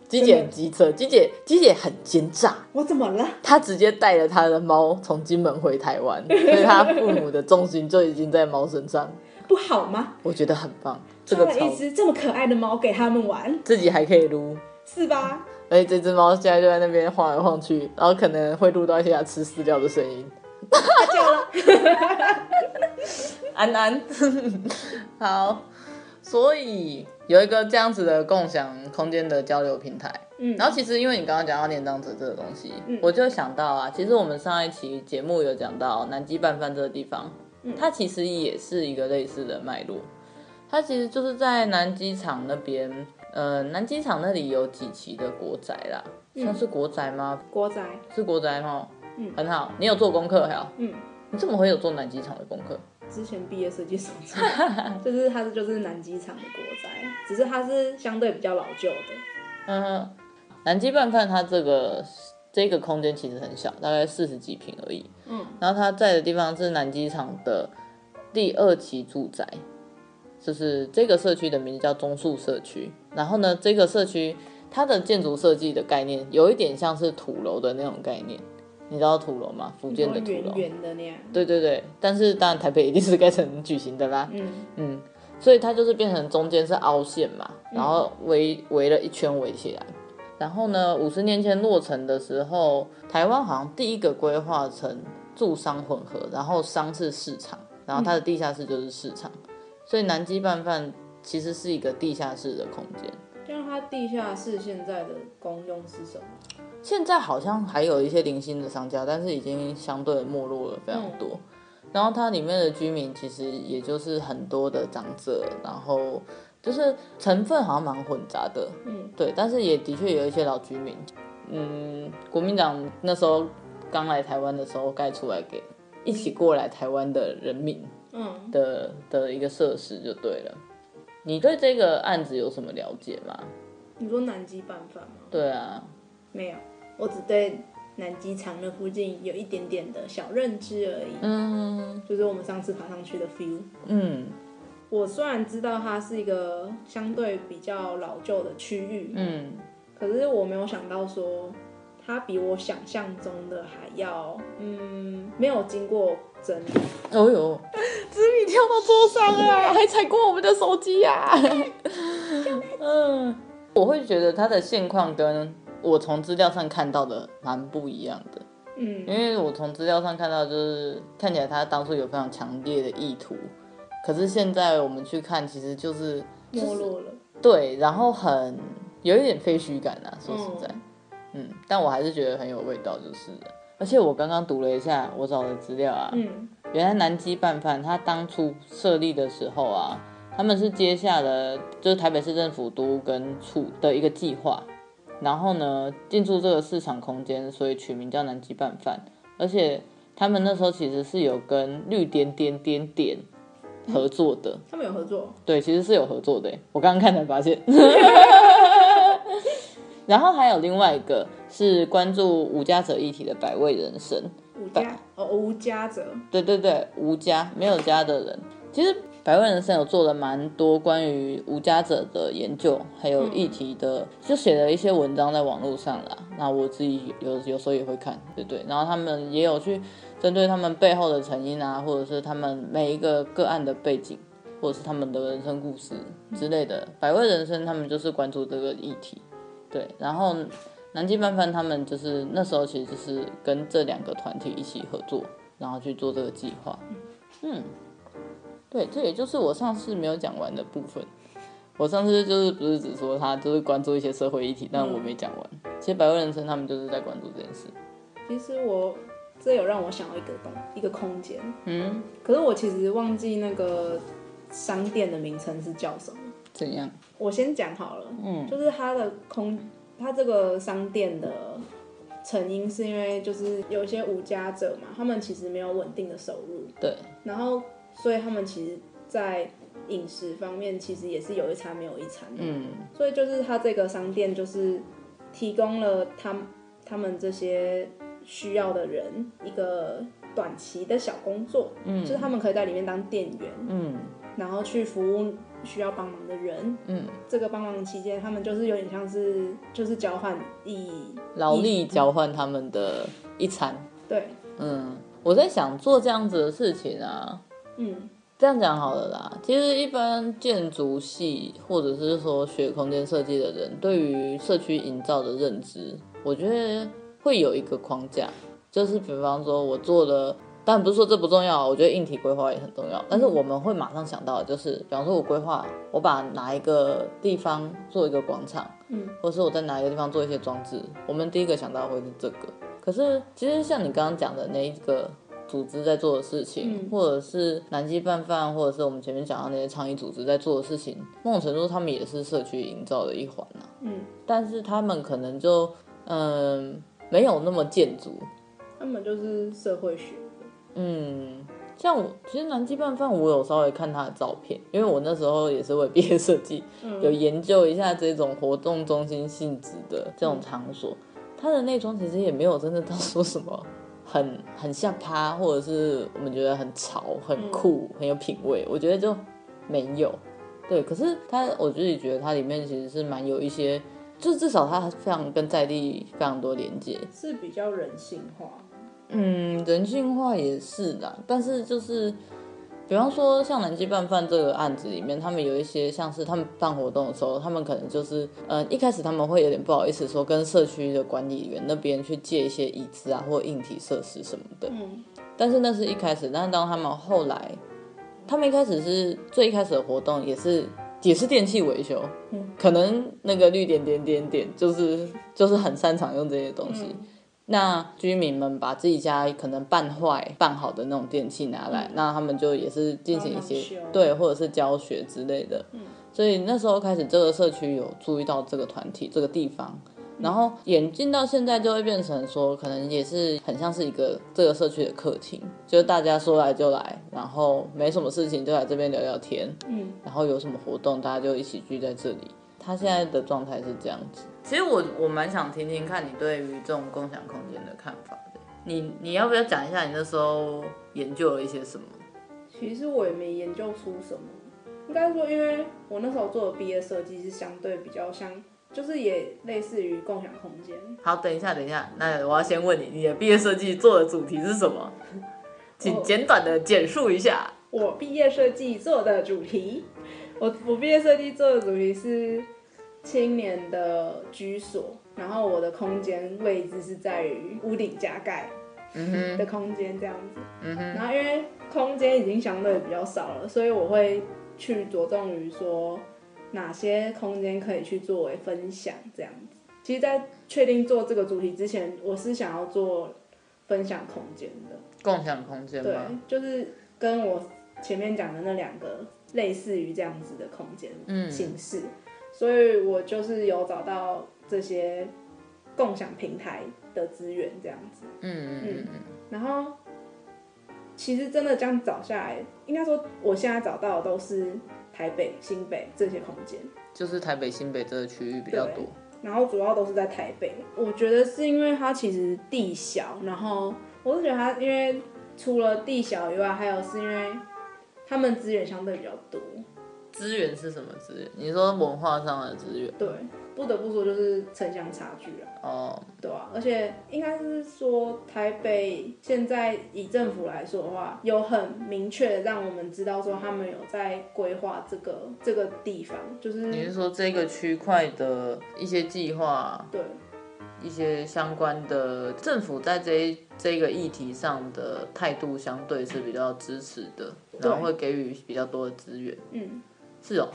A: 鸡姐很机车，鸡姐鸡姐很奸诈，
B: 我怎么了？
A: 她直接带了她的猫从金门回台湾，所以她父母的重心就已经在猫身上，
B: 不好吗？
A: 我觉得很棒，这
B: 抓
A: 个
B: 了
A: 超
B: 一只这么可爱的猫给他们玩，
A: 自己还可以撸。
B: 是吧？
A: 而哎且这只猫现在就在那边晃来晃去，然后可能会录到一些它吃饲料的声
B: [LAUGHS]
A: 音。
B: 它叫了。
A: 安安， [LAUGHS] 好，所以有一个这样子的共享空间的交流平台。
B: 嗯，
A: 然后其实因为你刚刚讲到年长者这个东西，
B: 嗯
A: 我就想到啊，其实我们上一期节目有讲到南极拌饭这个地方，
B: 嗯
A: 它其实也是一个类似的脉络。它其实就是在南机场那边，呃，南机场那里有几期的国宅啦，算是国宅吗？
B: 国宅，
A: 是国宅哈，
B: 嗯
A: 很好，你有做功课还好，
B: 嗯，
A: 你怎么会有做南机场的功课？
B: 之前毕业设计所
A: [LAUGHS]
B: 做的，就是它是就是南机场的国宅，只是它是相对比较老旧的。
A: 嗯，南极拌饭它这个这个空间其实很小，大概四十几平而已。
B: 嗯，
A: 然后它在的地方是南机场的第二期住宅，就是这个社区的名字叫中树社区。然后呢，这个社区它的建筑设计的概念有一点像是土楼的那种概念，你知道土楼吗？福建的土
B: 圆
A: 楼。
B: 圆的那样。
A: 对对对，但是当然台北一定是盖成矩形的啦。
B: 嗯
A: 嗯，所以它就是变成中间是凹陷嘛，然后围围了一圈围起来。然后呢，五十年前落成的时候，台湾好像第一个规划成住商混合，然后商是市场，然后它的地下室就是市场，所以南基拌饭其实是一个地下室的空间。
B: 像它地下室现在的功用是什么？
A: 现在好像还有一些零星的商家，但是已经相对没落了非常多。
B: 嗯
A: 然后它里面的居民其实也就是很多的长者，然后就是成分好像蛮混杂的，
B: 嗯，
A: 对，但是也的确有一些老居民，嗯，国民党那时候刚来台湾的时候盖出来给一起过来台湾的人民
B: 嗯，
A: 的的一个设施就对了。你对这个案子有什么了解吗？
B: 你说南极拌饭吗？
A: 对啊，
B: 没有，我只对南机场那附近有一点点的小认知而已。
A: 嗯
B: 就是我们上次爬上去的 view。
A: 嗯
B: 我虽然知道它是一个相对比较老旧的区域，
A: 嗯
B: 可是我没有想到说它比我想象中的还要，嗯，没有经过整理。
A: [LAUGHS] 哦呦，子米跳到桌上啊，还踩过我们的手机啊！嗯，我会觉得他的现况跟我从资料上看到的蛮不一样的，
B: 嗯
A: 因为我从资料上看到就是看起来他当初有非常强烈的意图，可是现在我们去看，其实就是
B: 没落了，
A: 对，然后很有一点废墟感啊，说实在，
B: 嗯
A: 嗯但我还是觉得很有味道，就是了。而且我刚刚读了一下我找的资料啊，
B: 嗯
A: 原来南极拌饭它当初设立的时候啊，他们是接下了就是台北市政府都跟处的一个计划，然后呢进驻这个市场空间，所以取名叫南极拌饭。而且他们那时候其实是有跟绿点点点点合作的，
B: 他们有合作，
A: 对，其实是有合作的欸。我刚刚看才发现。然后还有另外一个是关注无家者议题的百味人生，
B: 吴家哦吴家泽，
A: 对对对，无家没有家的人，其实百万人生有做了蛮多关于无家者的研究，还有议题的，就写了一些文章在网络上啦。那我自己有有时候也会看，对对。然后他们也有去针对他们背后的成因啊，或者是他们每一个个案的背景，或者是他们的人生故事之类的。百味人生他们就是关注这个议题，对。然后南极拌饭他们就是那时候其实就是跟这两个团体一起合作，然后去做这个计划。嗯，对，这也就是我上次没有讲完的部分。我上次就是不是只说他就是关注一些社会议题，但我没讲完。其实百万人生他们就是在关注这件事。
B: 其实我这有让我想到一个东一个空间，
A: 嗯，
B: 可是我其实忘记那个商店的名称是叫什么。
A: 怎样？
B: 我先讲好了，
A: 嗯，
B: 就是它的空，它这个商店的成因是因为就是有一些无家者嘛，他们其实没有稳定的收入，
A: 对，
B: 然后所以他们其实，在饮食方面其实也是有一餐没有一餐，
A: 嗯
B: 所以就是它这个商店就是提供了他他们这些需要的人一个短期的小工作，
A: 嗯
B: 就是他们可以在里面当店员，
A: 嗯
B: 然后去服务需要帮忙的人。
A: 嗯，
B: 这个帮忙期间，他们就是有点像是就是交换以
A: 劳力交换他们的一餐。
B: 对，
A: 嗯，我在想做这样子的事情啊，
B: 嗯
A: 这样讲好了啦。其实一般建筑系或者是说学空间设计的人，对于社区营造的认知，我觉得会有一个框架，就是比方说我做的。但不是说这不重要，我觉得硬体规划也很重要。但
B: 嗯
A: 是我们会马上想到的就是，比方说我规划，我把哪一个地方做一个广场，
B: 嗯
A: 或是我在哪一个地方做一些装置，我们第一个想到会是这个。可是其实像你刚刚讲的那一个组织在做的事情，
B: 嗯
A: 或者是南极拌饭，或者是我们前面讲到那些倡议组织在做的事情，某种程度他们也是社区营造的一环啊。
B: 嗯，
A: 但是他们可能就嗯没有那么建筑，
B: 他们就是社会学的，
A: 嗯，像我其实南极拌饭，我有稍微看他的照片，因为我那时候也是为毕业设计、有研究一下这种活动中心性质的这种场所，它的内装其实也没有真的到说什么很很像趴，或者是我们觉得很潮、很酷、很有品味，我觉得就没有。对，可是它，我自己觉得它里面其实是蛮有一些，就是至少它非常跟在地非常多连接。
B: 是比较人性化。
A: 嗯，人性化也是啦，但是就是，比方说像南极拌饭这个案子里面，他们有一些像是他们办活动的时候，他们可能就是，嗯，一开始他们会有点不好意思说跟社区的管理员那边去借一些椅子啊或硬体设施什么的，
B: 嗯
A: 但是那是一开始，但是当他们后来，他们一开始是最一开始的活动也是也是电器维修，
B: 嗯
A: 可能那个绿点点点点就是就是很擅长用这些东西。
B: 嗯
A: 那居民们把自己家可能办坏、办好的那种电器拿来，那他们就也是进行一些
B: 嗯帮忙修
A: 对，或者是教学之类的。
B: 嗯
A: 所以那时候开始，这个社区有注意到这个团体、这个地方，
B: 嗯
A: 然后演进到现在就会变成说，可能也是很像是一个这个社区的客厅，就是大家说来就来，然后没什么事情就来这边聊聊天，
B: 嗯，
A: 然后有什么活动大家就一起聚在这里。他现在的状态是这样子。其实我我蛮想听听看你对于这种共享空间的看法的。你你要不要讲一下你那时候研究了一些什么？
B: 其实我也没研究出什么，应该说，因为我那时候做的毕业设计是相对比较像，就是也类似于共享空间。
A: 好，等一下，等一下，那我要先问你，你的毕业设计做的主题是什 [LAUGHS] 么？请简短的简述一下。
B: 我毕业设计做的主题，我我毕业设计做的主题是青年的居所，然后我的空间位置是在于屋顶加盖
A: 嗯
B: 的
A: 哼，
B: 空间这样子。
A: 嗯哼，
B: 然后因为空间已经相对比较少了，所以我会去着重于说哪些空间可以去作为分享这样子。其实，在确定做这个主题之前，我是想要做分享空间的，
A: 共享空间
B: 对
A: 吗？，
B: 就是跟我前面讲的那两个类似于这样子的空间
A: 嗯
B: 形式，所以我就是有找到这些共享平台的资源这样子。
A: 嗯嗯嗯
B: 然后其实真的这样找下来，应该说我现在找到的都是台北、新北这些空间，
A: 嗯，就是台北新北这个区域比较多。
B: 然后主要都是在台北。我觉得是因为它其实地小，然后我是觉得它因为除了地小以外，还有是因为他们资源相对比较多。
A: 资源是什么资源？你说文化上的资源
B: 对，不得不说就是城乡差距啊。
A: 哦，
B: 对啊，而且应该是说台北现在以政府来说的话，有很明确的让我们知道说他们有在规划这个这个地方，就是
A: 你是说这个区块的一些计划、
B: 对
A: 一些相关的政府在这一这个议题上的态度相对是比较支持的，
B: 对
A: 然后会给予比较多的资源。
B: 嗯，
A: 是哦，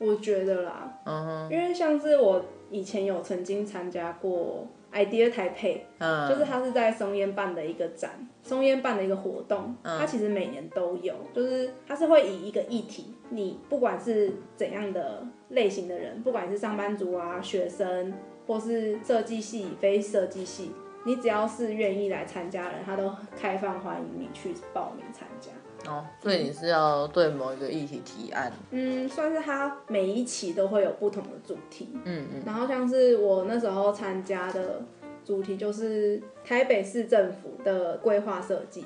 B: 我觉得啦，
A: 嗯哼，
B: 因为像是我以前有曾经参加过 idea 台北，
A: 嗯，
B: 就是它是在松烟办的一个展，松烟办的一个活动，
A: 嗯
B: 它其实每年都有，就是它是会以一个议题，你不管是怎样的类型的人，不管是上班族啊、学生，或是设计系、非设计系，你只要是愿意来参加的人，他都开放欢迎你去报名参加。
A: 哦，所以你是要对某一个议题提案，
B: 嗯，算是它每一期都会有不同的主题，
A: 嗯嗯，
B: 然后像是我那时候参加的主题就是台北市政府的规划设计。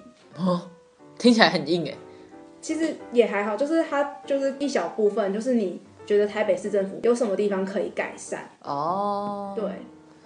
A: 听起来很硬哎，
B: 其实也还好，就是它就是一小部分，就是你觉得台北市政府有什么地方可以改善，
A: 哦，
B: 对，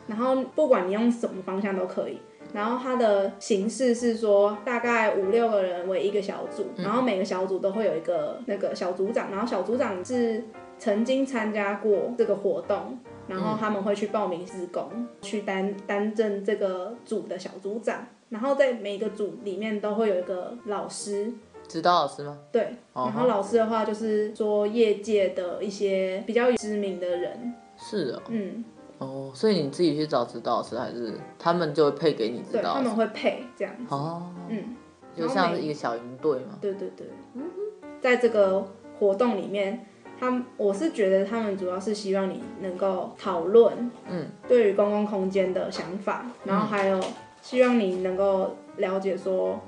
B: 然后不管你用什么方向都可以。然后它的形式是说，大概五六个人为一个小组，然后每个小组都会有一个那个小组长，然后小组长是曾经参加过这个活动，然后他们会去报名自工，去担担任这个组的小组长，然后在每个组里面都会有一个老师，
A: 指导老师吗？
B: 对，
A: 哦
B: 然后老师的话就是说业界的一些比较知名的人，
A: 是哦，
B: 嗯，
A: 哦，所以你自己去找指导老师，还是他们就会配给你指
B: 对，
A: 导
B: 他
A: 老师？
B: 们会配这样子，
A: 哦，
B: 嗯，
A: 就像是一个小营队嘛，
B: 对对对，在这个活动里面，他们我是觉得他们主要是希望你能够讨论，
A: 嗯，
B: 对于公共空间的想法，然后还有希望你能够了解说。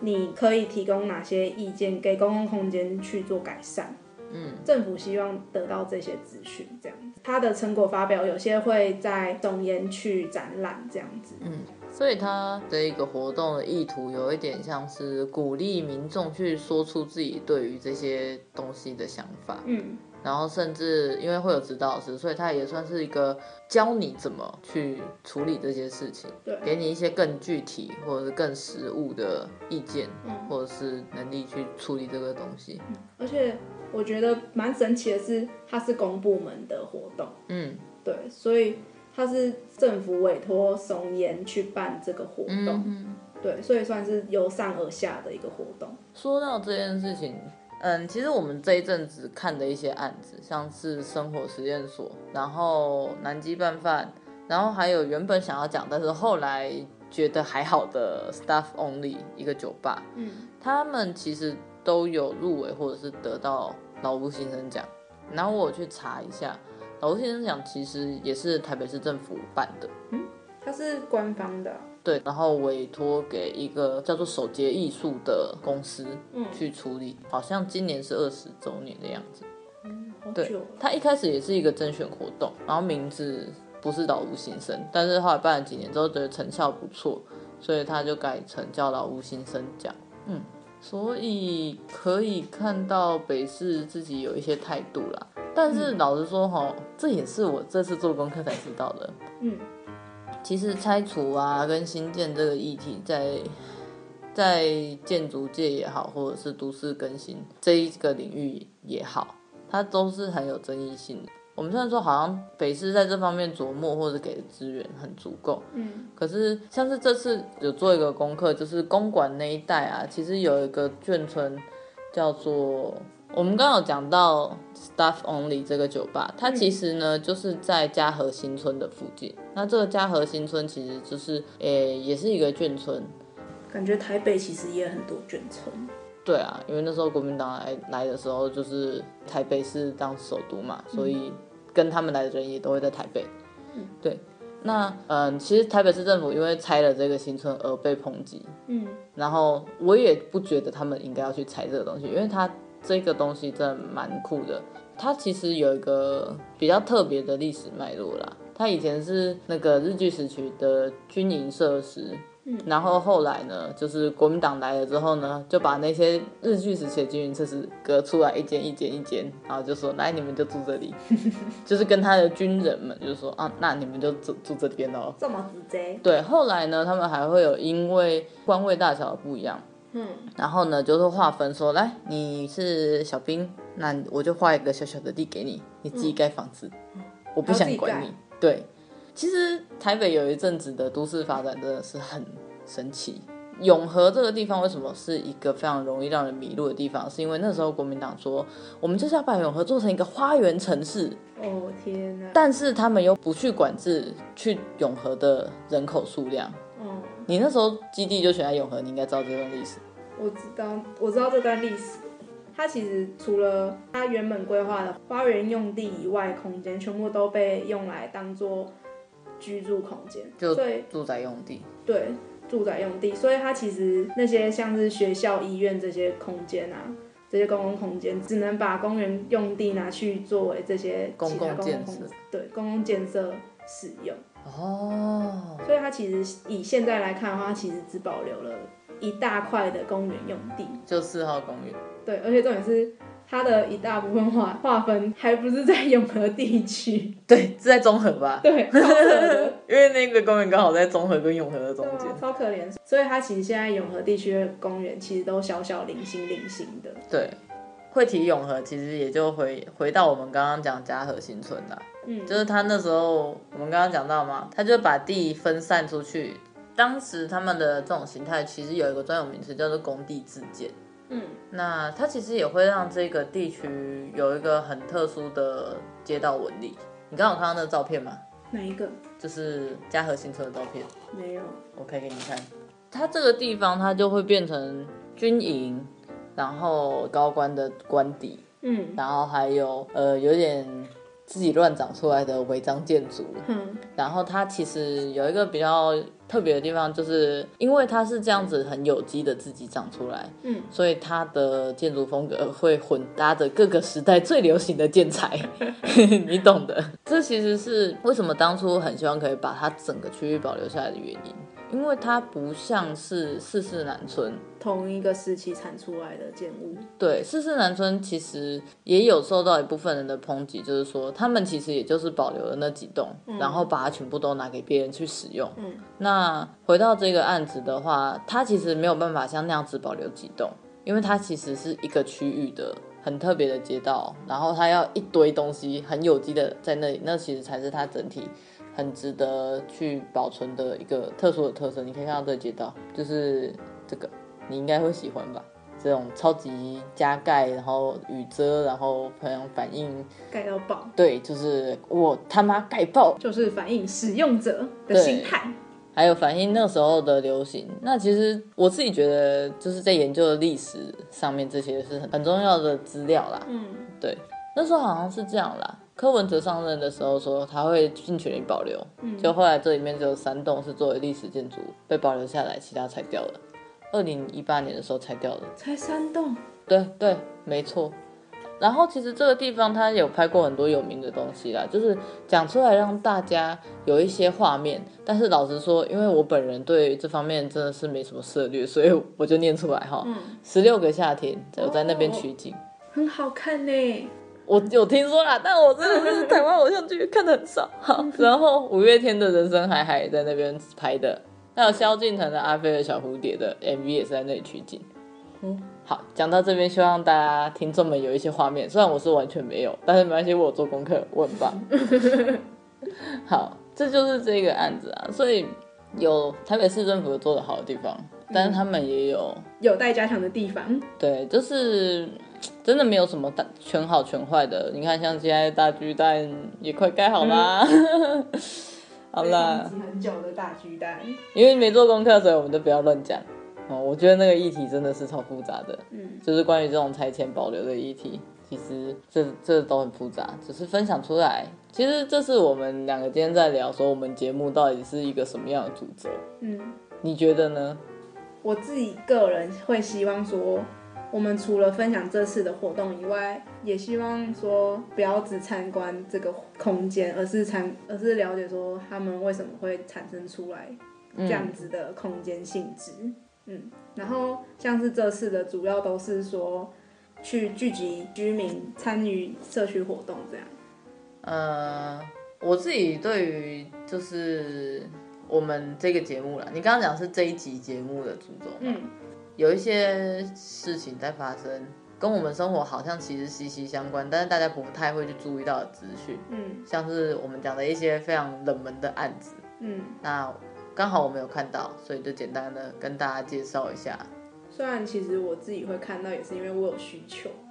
B: 你可以提供哪些意见给公共空间去做改善？
A: 嗯
B: 政府希望得到这些资讯，这样子。它的成果发表有些会在中研去展览，这样子。
A: 嗯，所以他的一个活动的意图有一点像是鼓励民众去说出自己对于这些东西的想法，
B: 嗯，
A: 然后甚至因为会有指导老师，所以他也算是一个教你怎么去处理这些事情，
B: 对，
A: 给你一些更具体或者是更实务的意见，
B: 嗯，
A: 或者是能力去处理这个东西。
B: 而且我觉得蛮神奇的是，它是公部门的活动，
A: 嗯
B: 对，所以它是政府委托松烟去办这个活动，
A: 嗯，
B: 对，所以算是由上而下的一个活动。
A: 说到这件事情。嗯，其实我们这一阵子看的一些案子，像是生活实验所，然后南极拌饭，然后还有原本想要讲，但是后来觉得还好的 Staff Only 一个酒吧，
B: 嗯，
A: 他们其实都有入围或者是得到劳务新生奖。然后我去查一下，劳务新生奖其实也是台北市政府办的，
B: 它是官方的，啊
A: 对，然后委托给一个叫做手杰艺术的公司
B: 嗯，
A: 去处理，好像今年是二十周年的样子。
B: 好
A: 对
B: 久了，
A: 它一开始也是一个甄选活动，然后名字不是老吴新生，但是后来办了几年之后觉得成效不错，所以它就改成叫老吴新生奖。嗯，所以可以看到北市自己有一些态度啦。但是
B: 嗯
A: 老实说哈，这也是我这次做功课才知道的。
B: 嗯，
A: 其实拆除啊跟新建这个议题在，在建筑界也好，或者是都市更新这一个领域也好，它都是很有争议性的。我们虽然说好像北师在这方面琢磨或者给的资源很足够，
B: 嗯
A: 可是像是这次有做一个功课，就是公馆那一带啊，其实有一个眷村叫做。我们刚刚有讲到 Staff Only 这个酒吧，它其实呢、就是在嘉禾新村的附近。那这个嘉禾新村其实就是，诶、也是一个眷村，
C: 感觉台北其实也很多眷村，
A: 对啊，因为那时候国民党来来的时候，就是台北是当首都嘛，所以跟他们来的人也都会在台北。对。那嗯，其实台北市政府因为拆了这个新村而被抨击，
B: 嗯，
A: 然后我也不觉得他们应该要去拆这个东西，因为它这个东西真的蛮酷的。它其实有一个比较特别的历史脉络啦。它以前是那个日据时期的军营设施，嗯，然后后来呢，就是国民党来了之后呢，就把那些日据时期的军营设施隔出来一间一间一间，然后就说来你们就住这里，就是跟他的军人们就说啊，那你们就住住这边哦，
C: 这么直接，
A: 对，后来呢，他们还会有因为官位大小不一样，
C: 嗯，
A: 然后呢，就是划分说，来你是小兵，那我就划一个小小的地给你，你自己盖房子，我不想管
B: 嗯还要
A: 你
B: 自己。
A: 对，其实台北有一阵子的都市发展真的是很神奇。永和这个地方为什么是一个非常容易让人迷路的地方？是因为那时候国民党说，我们就是要把永和做成一个花园城市，
B: 哦天哪，
A: 但是他们又不去管制去永和的人口数量。
B: 哦，
A: 你那时候基地就选在永和，你应该知道这段历史。
B: 我知道，我知道这段历史。它其实除了它原本规划的花园用地以外，空间全部都被用来当做居住空间，
A: 就
B: 所以
A: 住宅用地，
B: 对住宅用地，所以它其实那些像是学校、医院这些空间啊，这些公共空间，只能把公园用地拿去作为这些
A: 公
B: 其他
A: 共
B: 公
A: 建
B: 共空
A: 设
B: 对公共建设使用。
A: 哦，
B: 所以它其实以现在来看的话，它其实只保留了一大块的公园用地，
A: 就四号公寓。
B: 对，而且重点是它的一大部分划划分还不是在永和地区，
A: 对，是在中和 [LAUGHS] 吧？
B: 对，超扯 [LAUGHS] 的。
A: 因为那个公园刚好在中和跟永和的中
B: 对
A: 间
B: 啊，。超可怜。所以它其实现在永和地区的公园其实都小小零星零星的。
A: 对，啊会提永和，其实也就回回到我们刚刚讲嘉禾新村啦。
B: 嗯
A: 就是他那时候，我们刚刚讲到嘛，他就把地分散出去。当时他们的这种形态其实有一个专有名词叫做工地自建。
B: 嗯，
A: 那它其实也会让这个地区有一个很特殊的街道纹理。你刚好看到那个照片吗？
B: 哪一个？
A: 就是嘉禾新村的照片，
B: 没有。
A: 我可以给你看。它这个地方，它就会变成军营，然后高官的官邸，
B: 嗯
A: 然后还有呃有点自己乱长出来的违章建筑，
B: 嗯
A: 然后它其实有一个比较特别的地方，就是因为它是这样子很有机的自己长出来，
B: 嗯，
A: 所以它的建筑风格会混搭着各个时代最流行的建材， [LAUGHS] 你懂的。这其实是为什么当初很希望可以把它整个区域保留下来的原因，因为它不像是四四南村，
B: 同一个时期产出来的建物。
A: 对，四四南村其实也有受到一部分人的抨击，就是说他们其实也就是保留了那几栋，然后把它全部都拿给别人去使用。
B: 嗯，
A: 那回到这个案子的话，它其实没有办法像那样子保留几栋，因为它其实是一个区域的很特别的街道，然后它要一堆东西很有机的在那里，那其实才是它整体很值得去保存的一个特殊的特色。你可以看到这个街道，就是这个，你应该会喜欢吧？这种超级加盖，然后雨遮，然后朋友反应，
B: 盖到爆，
A: 对，就是我他妈盖爆，
B: 就是反映使用者的
A: 对
B: 心态。
A: 还有反映那时候的流行。那其实我自己觉得，就是在研究的历史上面，这些是很很重要的资料啦。
B: 嗯
A: 对，那时候好像是这样啦。柯文哲上任的时候说他会尽全力保留，
B: 嗯
A: 就后来这里面只有三栋是作为历史建筑被保留下来，其他拆掉了。二零一八年的时候拆掉了。
B: 才三栋。
A: 对对，没错。然后其实这个地方它有拍过很多有名的东西啦，就是讲出来让大家有一些画面。但是老实说，因为我本人对这方面真的是没什么涉略，所以我就念出来哈。
B: 嗯，
A: 十六个夏天，我在那边取景。
B: 很好看呢。
A: 我有听说啦，但我真的是台湾偶像剧看的很少。好，然后五月天的人生海海也在那边拍的，还有萧敬腾的《阿飞的小蝴蝶》的 MV 也是在那里取景。嗯，好，讲到这边，希望大家听众们有一些画面，虽然我是完全没有，但是没关系，我有做功课，我很棒。 [LAUGHS] 好，这就是这个案子啊，所以有台北市政府有做的好的地方，但是他们也有
B: 有待加强的地方。
A: 对，就是嗯真的没有什么大全好全坏的。你看，像现在大巨蛋也快盖好啦， [LAUGHS] 好啦，
B: 很久的大巨蛋，
A: 因为没做功课，所以我们就不要乱讲。哦，我觉得那个议题真的是超复杂的，
C: 嗯，
A: 就是关于这种拆迁保留的议题，其实这这都很复杂，只是分享出来。其实这是我们两个今天在聊说，我们节目到底是一个什么样的主轴？
B: 嗯，
A: 你觉得呢？
B: 我自己个人会希望说，我们除了分享这次的活动以外，也希望说不要只参观这个空间，而是参而是了解说他们为什么会产生出来这样子的空间性质。嗯，然后像是这次的主要都是说去聚集居民参与社区活动这样。
A: 呃，我自己对于就是我们这个节目啦，你刚刚讲是这一集节目的主轴，
B: 嗯，
A: 有一些事情在发生，跟我们生活好像其实息息相关，但是大家不太会去注意到的资讯，
B: 嗯
A: 像是我们讲的一些非常冷门的案子，
B: 嗯，
A: 那刚好我没有看到，所以就简单的跟大家介绍一下。
B: 虽然其实我自己会看到，也是因为我有需求啊，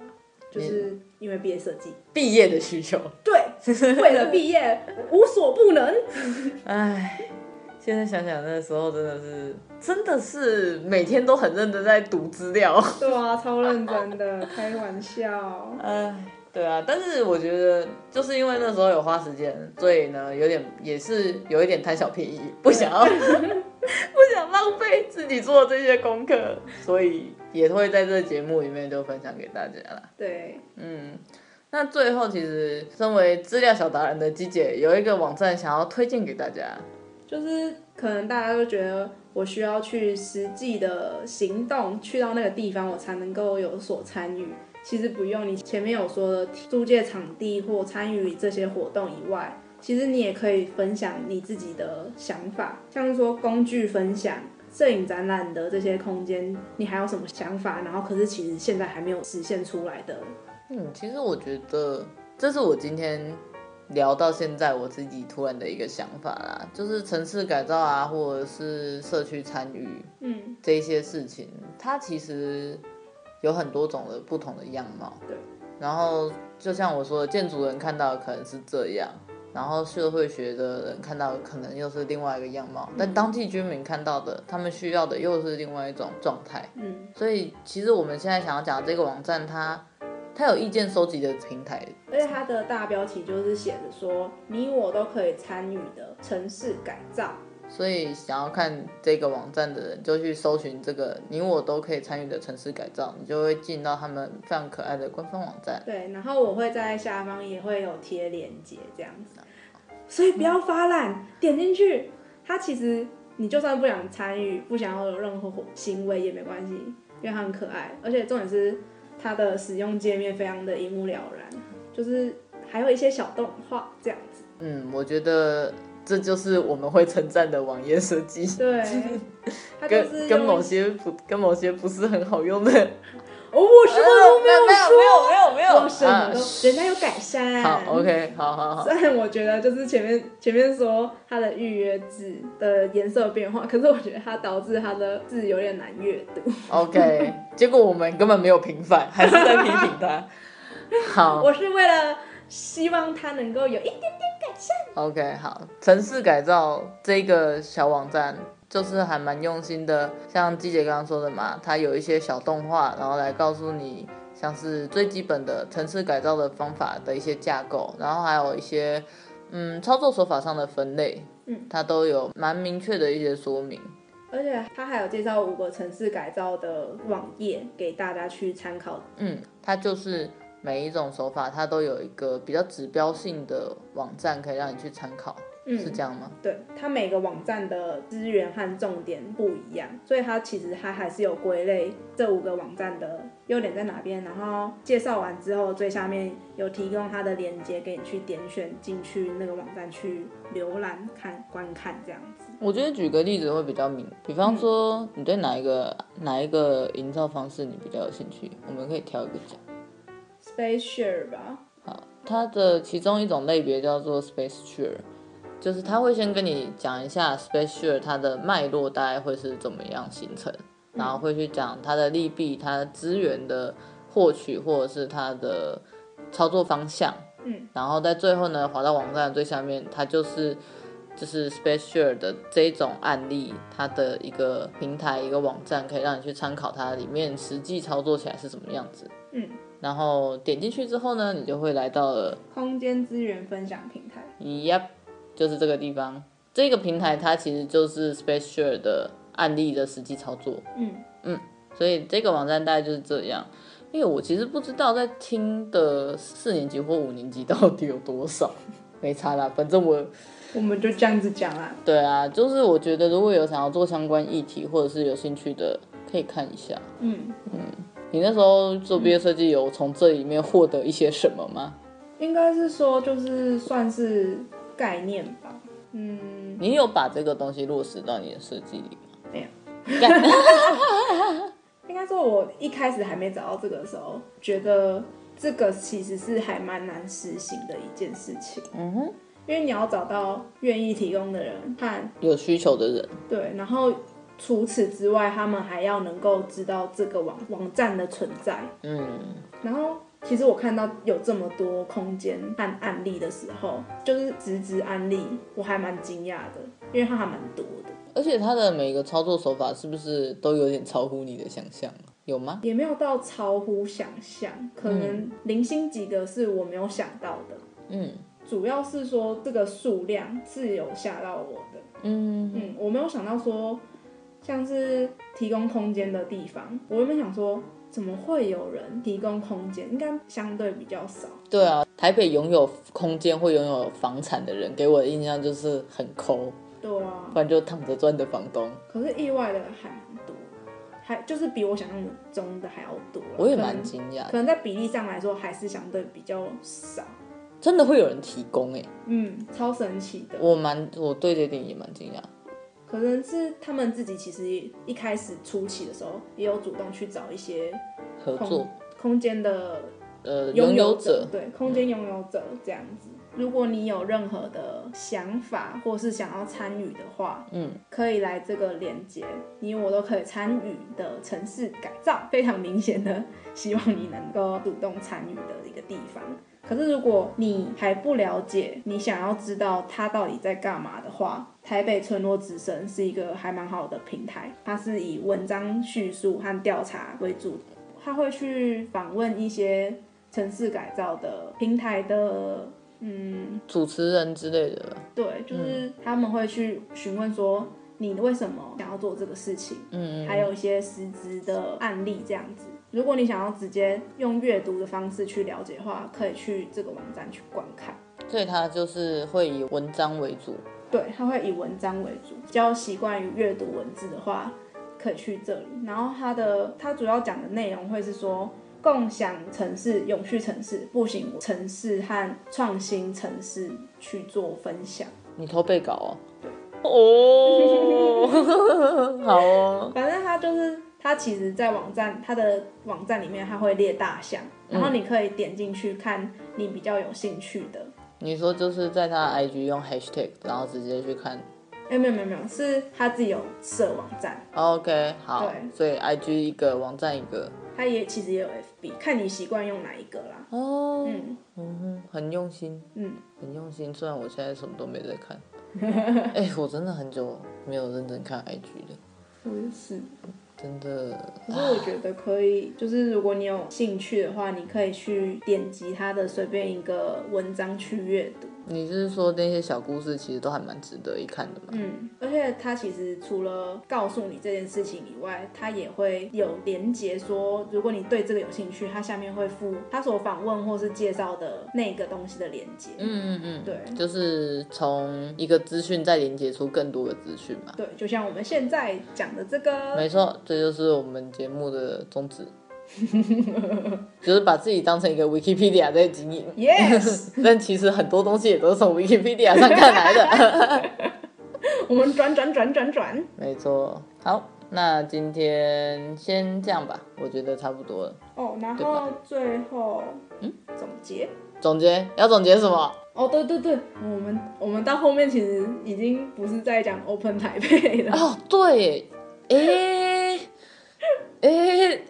B: 就是因为毕业设计，
A: 毕业的需求， [LAUGHS]
B: 对， [LAUGHS] 为了毕业无所不能。
A: 唉，现在想想那时候真的是，真的是每天都很认真在读资料。
B: [LAUGHS] 对啊，超认真的，开玩笑。
A: 唉，对啊，但是我觉得就是因为那时候有花时间，所以呢，有点也是有一点贪小便宜，不想 [LAUGHS] 要不想浪费自己做的这些功课，所以也会在这节目里面就分享给大家啦。
B: 对，
A: 嗯，那最后其实身为资料小达人的鸡姐有一个网站想要推荐给大家，
B: 就是可能大家都觉得我需要去实际的行动，去到那个地方，我才能够有所参与。其实不用，你前面有说的租借场地或参与这些活动以外，其实你也可以分享你自己的想法，像是说工具分享、摄影展览的这些空间，你还有什么想法？然后可是其实现在还没有实现出来的，
A: 嗯，其实我觉得这是我今天聊到现在我自己突然的一个想法啦，就是城市改造啊，或者是社区参与
B: 嗯，
A: 这一些事情，它其实有很多种的不同的样貌。
B: 对。
A: 然后就像我说的，建筑人看到的可能是这样，然后社会学的人看到的可能又是另外一个样貌，
B: 嗯
A: 但当地居民看到的，他们需要的又是另外一种状态。
B: 嗯，
A: 所以其实我们现在想要讲的这个网站，它它有意见收集的平台，
B: 而且它的大标题就是写着说你我都可以参与的城市改造，
A: 所以想要看这个网站的人，就去搜寻这个你我都可以参与的城市改造，你就会进到他们非常可爱的官方网站。
B: 对，然后我会在下方也会有贴链接这样子，所以不要发懒，点进去。它其实你就算不想参与，不想要有任何行为也没关系，因为它很可爱，而且重点是它的使用界面非常的一目了然，就是还有一些小动画这样子。
A: 嗯，我觉得这就是我们会称赞的网页设计，
B: 对，它就
A: 跟
B: 是
A: 跟某
B: 用
A: 些不跟某些不是很好用
B: [LAUGHS]
A: 的，没
B: 哦，我什么都没有说，
A: 有没有没啊
B: 我什么都，人家有改善。
A: 好，OK，好好好，
B: 虽然我觉得就是前面前面说它的预约制的颜色变化，可是我觉得它导致它的字有点难阅读。
A: OK，结 [LAUGHS] 果我们根本没有平反，还是在批评他。好
B: [LAUGHS] 我是为了希望它能够有一点点改善。
A: ，OK，好，城市改造这个小网站就是还蛮用心的，像季姐刚刚说的嘛，它有一些小动画，然后来告诉你像是最基本的城市改造的方法的一些架构，然后还有一些嗯操作手法上的分类，
B: 嗯，
A: 它都有蛮明确的一些说明。
B: 而且它还有介绍五个城市改造的网页给大家去参考。
A: 嗯，它就是每一种手法，它都有一个比较指标性的网站可以让你去参考。
B: 嗯
A: 是这样吗？
B: 对，它每个网站的资源和重点不一样，所以它其实它还是有归类这五个网站的优点在哪边。然后介绍完之后，最下面有提供它的链接给你去点选进去那个网站去浏览、看、观看这样子。
A: 我觉得举个例子会比较明，比方说你对哪一个哪一个营造方式你比较有兴趣，我们可以挑一个讲。
B: Space Share 吧，
A: 好，它的其中一种类别叫做 space share，就是它会先跟你讲一下 space share 它的脉络大概会是怎么样形成，然后会去讲它的利弊、它的资源的获取或者是它的操作方向。
B: 嗯，
A: 然后在最后呢，滑到网站的最下面，它就是就是 Space Share 的这一种案例，它的一个平台一个网站，可以让你去参考它里面实际操作起来是什么样子。
B: 嗯，
A: 然后点进去之后呢，你就会来到了
B: 空间资源分享平台。
A: Yep，就是这个地方。这个平台它其实就是 Space Share 的案例的实际操作。
B: 嗯，
A: 所以这个网站大概就是这样。因为我其实不知道在听的四年级或五年级到底有多少，没差啦。反正我
B: 我们就这样子讲啦。
A: 对啊，就是我觉得如果有想要做相关议题或者是有兴趣的，可以看一下。
B: 嗯，
A: 你那时候做毕业设计有从这里面获得一些什么吗？
B: 应该是说就是算是概念吧。嗯，
A: 你有把这个东西落实到你的设计里吗？
B: 没有。
A: 干
B: 应该说，我一开始还没找到这个的时候，觉得这个其实是还蛮难实行的一件事情，
A: 嗯哼，
B: 因为你要找到愿意提供的人和
A: 有需求的人，
B: 对，然后除此之外，他们还要能够知道这个网网站的存在。
A: 嗯，
B: 然后，其实我看到有这么多空间和案例的时候，就是直直案例，我还蛮惊讶的，因为它还蛮多的，
A: 而且它的每个操作手法是不是都有点超乎你的想象？有吗？
B: 也没有到超乎想象，可能零星几个是我没有想到的。
A: 嗯
B: 主要是说这个数量是有吓到我的，
A: 嗯
B: 嗯，我没有想到说像是提供空间的地方，我原本想说怎么会有人提供空间，应该相对比较少，
A: 对啊，台北拥有空间或拥有房产的人，给我的印象就是很抠，
B: 对啊
A: 不，然就躺着赚的房东。
B: 可是意外的还蛮多，还就是比我想象中的还要多啦，
A: 我也
B: 可
A: 蛮
B: 能
A: 惊讶
B: 可，能在比例上来说还是相对比较少，
A: 真的会有人提供哎、
B: 嗯，超神奇的。
A: 我蛮我对这点也蛮惊讶。
B: 可能是他们自己其实一开始初期的时候也有主动去找一些
A: 合作
B: 空空间的
A: 呃
B: 拥
A: 拥有
B: 者
A: 者，
B: 对，空间拥有者这样子。如果你有任何的想法或是想要参与的话，
A: 嗯，
B: 可以来这个连接，你我都可以参与的城市改造，非常明显的希望你能够主动参与的一个地方。可是如果你还不了解，你想要知道它到底在干嘛的话，台北村落之声是一个还蛮好的平台，它是以文章叙述和调查为主，它会去访问一些城市改造的平台的，嗯，
A: 主持人之类的，
B: 对，
A: 嗯
B: 就是他们会去询问说你为什么想要做这个事情，
A: 嗯，
B: 还有一些实质的案例这样子。如果你想要直接用阅读的方式去了解的话，可以去这个网站去观看。
A: 所以他就是会以文章为主。
B: 对，它会以文章为主，比较习惯于阅读文字的话，可以去这里。然后它的它主要讲的内容会是说，共享城市、永续城市、步行城市和创新城市去做分享。
A: 你投被稿哦，哦， [LAUGHS] 好哦，
B: 反正它就是它其实，在网站它的网站里面，它会列大项，然后你可以点进去看你比较有兴趣的。
A: 你说就是在他 IG 用 hashtag，然后直接去看。
B: 哎、没有没有没有，是他自己有设网站，
A: OK，好，
B: 对
A: 所以 IG 一个，网站一个，
B: 他也其实也有 FB，看你习惯用哪一个啦。
A: 哦，
B: 嗯
A: 嗯，很用心，
B: 嗯，
A: 很用心。虽然我现在什么都没在看，哎、我真的很久没有认真看 IG 了，
B: 我也是。
A: 真的。
B: 可是我觉得可以，就是如果你有兴趣的话，你可以去点击它的随便一个文章去阅读，
A: 你是说那些小故事其实都还蛮值得一看的嘛？
D: 嗯，
B: 而且它其实除了告诉你这件事情以外，它也会有连接说，如果你对这个有兴趣，它下面会附它所访问或是介绍的那个东西的连接。
A: 嗯嗯嗯，
B: 对
A: 就是从一个资讯再连接出更多的资讯嘛。
B: 对，就像我们现在讲的这
A: 没
B: 个，
A: 错，这就是我们节目的宗旨， [LAUGHS] 就是把自己当成一个 Wikipedia 在经营。
B: Yes
A: [LAUGHS] 但其实很多东西也都是从 Wikipedia 上看来的。
B: 我们转转转转转，
A: 没错，好，那今天先这样吧，我觉得差不多了。
B: 哦，然
A: 对吧
B: 后最后，
A: 嗯，
B: 总结。
A: 总结要总结什么？
B: 哦，对对对，我们我们到后面其实已经不是在讲 Open 台北
A: [LAUGHS]
B: 了。
A: 哦，对耶，诶、诶、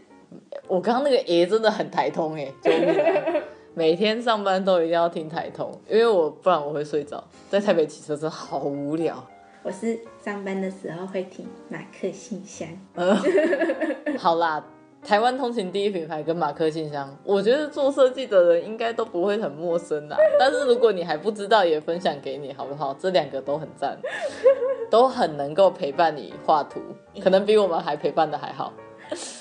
A: 我刚刚那个诶真的很台通诶，救命啊！每天上班都一定要听台通，因为我不然我会睡着。在台北骑车真的好无聊。
B: [LAUGHS] 我是上班的时候会听马克信箱。
A: 好啦，台湾通勤第一品牌跟马克信箱，我觉得做设计的人应该都不会很陌生啦。啊但是如果你还不知道，也分享给你好不好？这两个都很赞，都很能够陪伴你画图，可能比我们还陪伴的还好。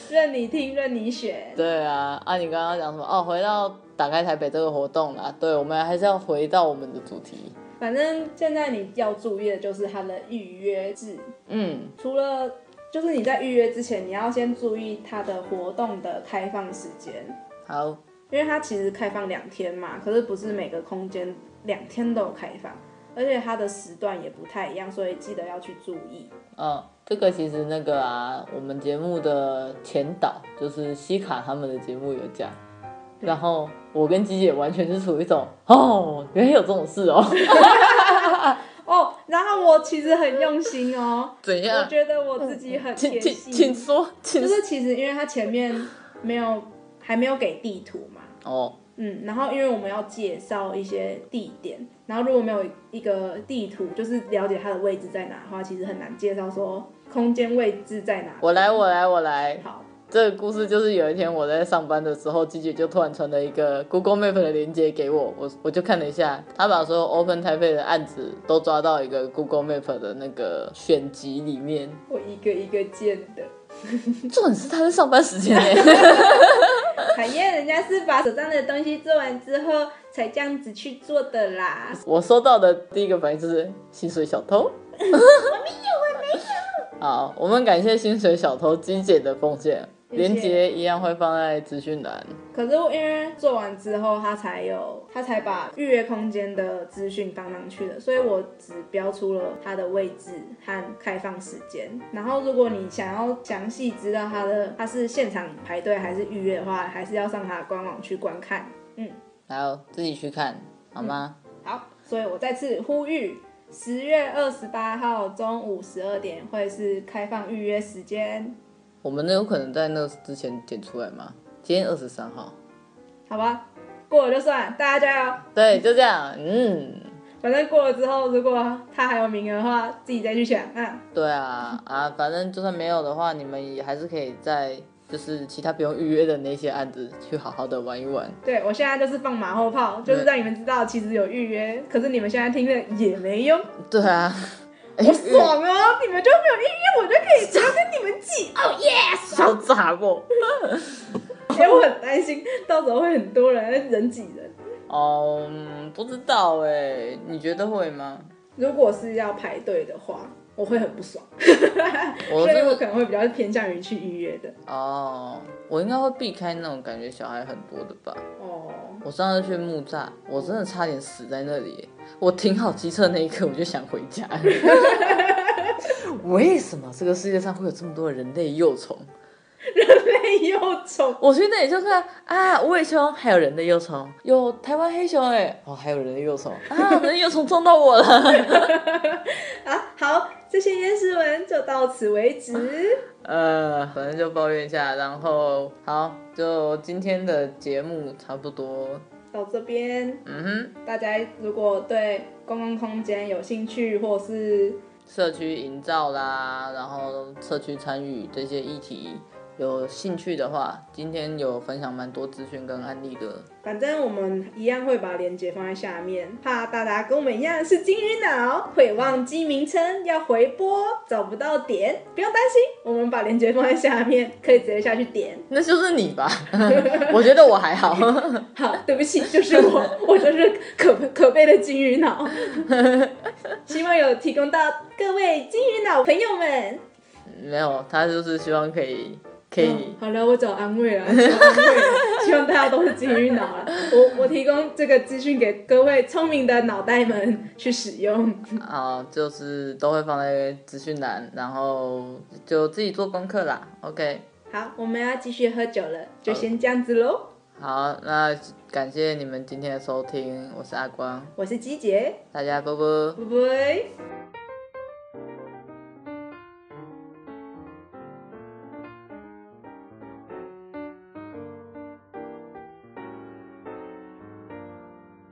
B: 任你听，任你选。
A: 对啊，啊，你刚刚讲什么？哦，回到打开台北这个活动啦，对，我们还是要回到我们的主题。
B: 反正现在你要注意的就是它的预约制，
A: 嗯，
B: 除了就是你在预约之前，你要先注意它的活动的开放时间，
A: 好，
B: 因为它其实开放两天嘛，可是不是每个空间两天都有开放，而且它的时段也不太一样，所以记得要去注意。
A: 嗯，这个其实那个啊，我们节目的前导就是西卡他们的节目有讲，然后我跟吉姐完全是处于一种哦，原来有这种事哦，
B: 哦，然后我其实很用心哦，
A: [LAUGHS] 怎
B: 我
A: 样？
B: 觉得我自己很
A: 请
B: 贴
A: 请请
B: 心，
A: 说，请
B: 就是其实因为它前面没有还没有给地图嘛，
A: 哦，
B: 嗯，然后因为我们要介绍一些地点，然后如果没有一个地图，就是了解它的位置在哪的话，其实很难介绍说空间位置在哪。
A: 我来，我来，我来。
B: 好，
A: 这个故事就是有一天我在上班的时候，吉姐就突然传了一个 Google Map 的链接给我，我我就看了一下，她把所有 Open Taipei 的案子都抓到一个 Google Map 的那个选集里面。
B: 我一个一个建的，
A: 重点是她在上班时间内，
B: 海燕人家是把手上的东西做完之后才这样子去做的啦。
A: [LAUGHS] 我收到的第一个反应就是薪水小偷。 [LAUGHS] 我没有，我没有。好，我们感谢薪水小偷吉姐的奉献，
B: 谢谢
A: 链接一样会放在资讯栏。
B: 可是因为做完之后，他才有他才把预约空间的资讯放上去的，所以我只标出了它的位置和开放时间。然后如果你想要详细知道它的它是现场排队还是预约的话，还是要上它的官网去观看。嗯，
A: 还有自己去看好吗？
B: 好，所以我再次呼吁。十月二十八号中午十二点会是开放预约时间，
A: 我们有可能在那之前剪出来吗？今天二十三号，
B: 好吧？过了就算，大家加油！
A: 对，就这样，嗯，
B: 反正过了之后，如果他还有名额的话，自己再去抢啊。
A: 对啊，啊，反正就算没有的话，你们也还是可以在就是其他不用预约的那些案子去好好的玩一玩。
B: 对我现在就是放马后炮，就是让你们知道其实有预约，可是你们现在听了也没用，
A: 对啊，
B: 我爽啊！你们就没有预约，我就可以直接跟你们挤。哦耶！
A: 小杂货。
B: 因为我很担心，到时候会很多人人挤人。
A: 哦、嗯不知道哎、你觉得会吗？
B: 如果是要排队的话，我会很不爽，
A: 我
B: 所以我可
A: 是
B: 能会比较偏向于去预约的。
A: 哦，我应该会避开那种感觉小孩很多的吧。
B: [LAUGHS] 哦，
A: 我上次去木栅，我真的差点死在那里耶。我停好机车那一刻，我就想回家。 [LAUGHS] 为什么这个世界上会有这么多人类幼虫？
B: 类又丑，
A: 我去那里就看啊，无尾熊，还有人类幼虫，有台湾黑熊哎，哦，还有人类幼虫啊，人类幼虫撞到我了。 [LAUGHS]
B: 啊，好，这些烟诗文就到此为止。
A: 呃，反正就抱怨一下，然后好，就今天的节目差不多。
B: 到这边，
A: 嗯哼，
B: 大家如果对公共空间有兴趣，或是
A: 社区营造啦，然后社区参与这些议题，有兴趣的话，今天有分享蛮多资讯跟案例的。
B: 反正我们一样会把链接放在下面，怕大家跟我们一样是金鱼脑，会忘记名称，要回播找不到点，不用担心，我们把链接放在下面，可以直接下去
A: [LAUGHS]
B: 点。
A: 那就是你吧，我觉得我还好。 [LAUGHS]
B: 好，对不起，就是我，我就是可可悲的金鱼脑。希望有提供到各位金鱼脑朋友们。
A: 没有，他就是希望可以可以
B: 嗯、好了，我找安慰啊，找安慰啊，希望大家都是金鱼脑啊。我我提供这个资讯给各位聪明的脑袋们去使用。
A: 啊、就是都会放在资讯栏，然后就自己做功课啦。OK，
B: 好，我们要继续喝酒了，就先这样子喽。
A: 好，那感谢你们今天的收听，我是阿光，
B: 我是鸡姐，
A: 大家啵啵。
B: 拜拜。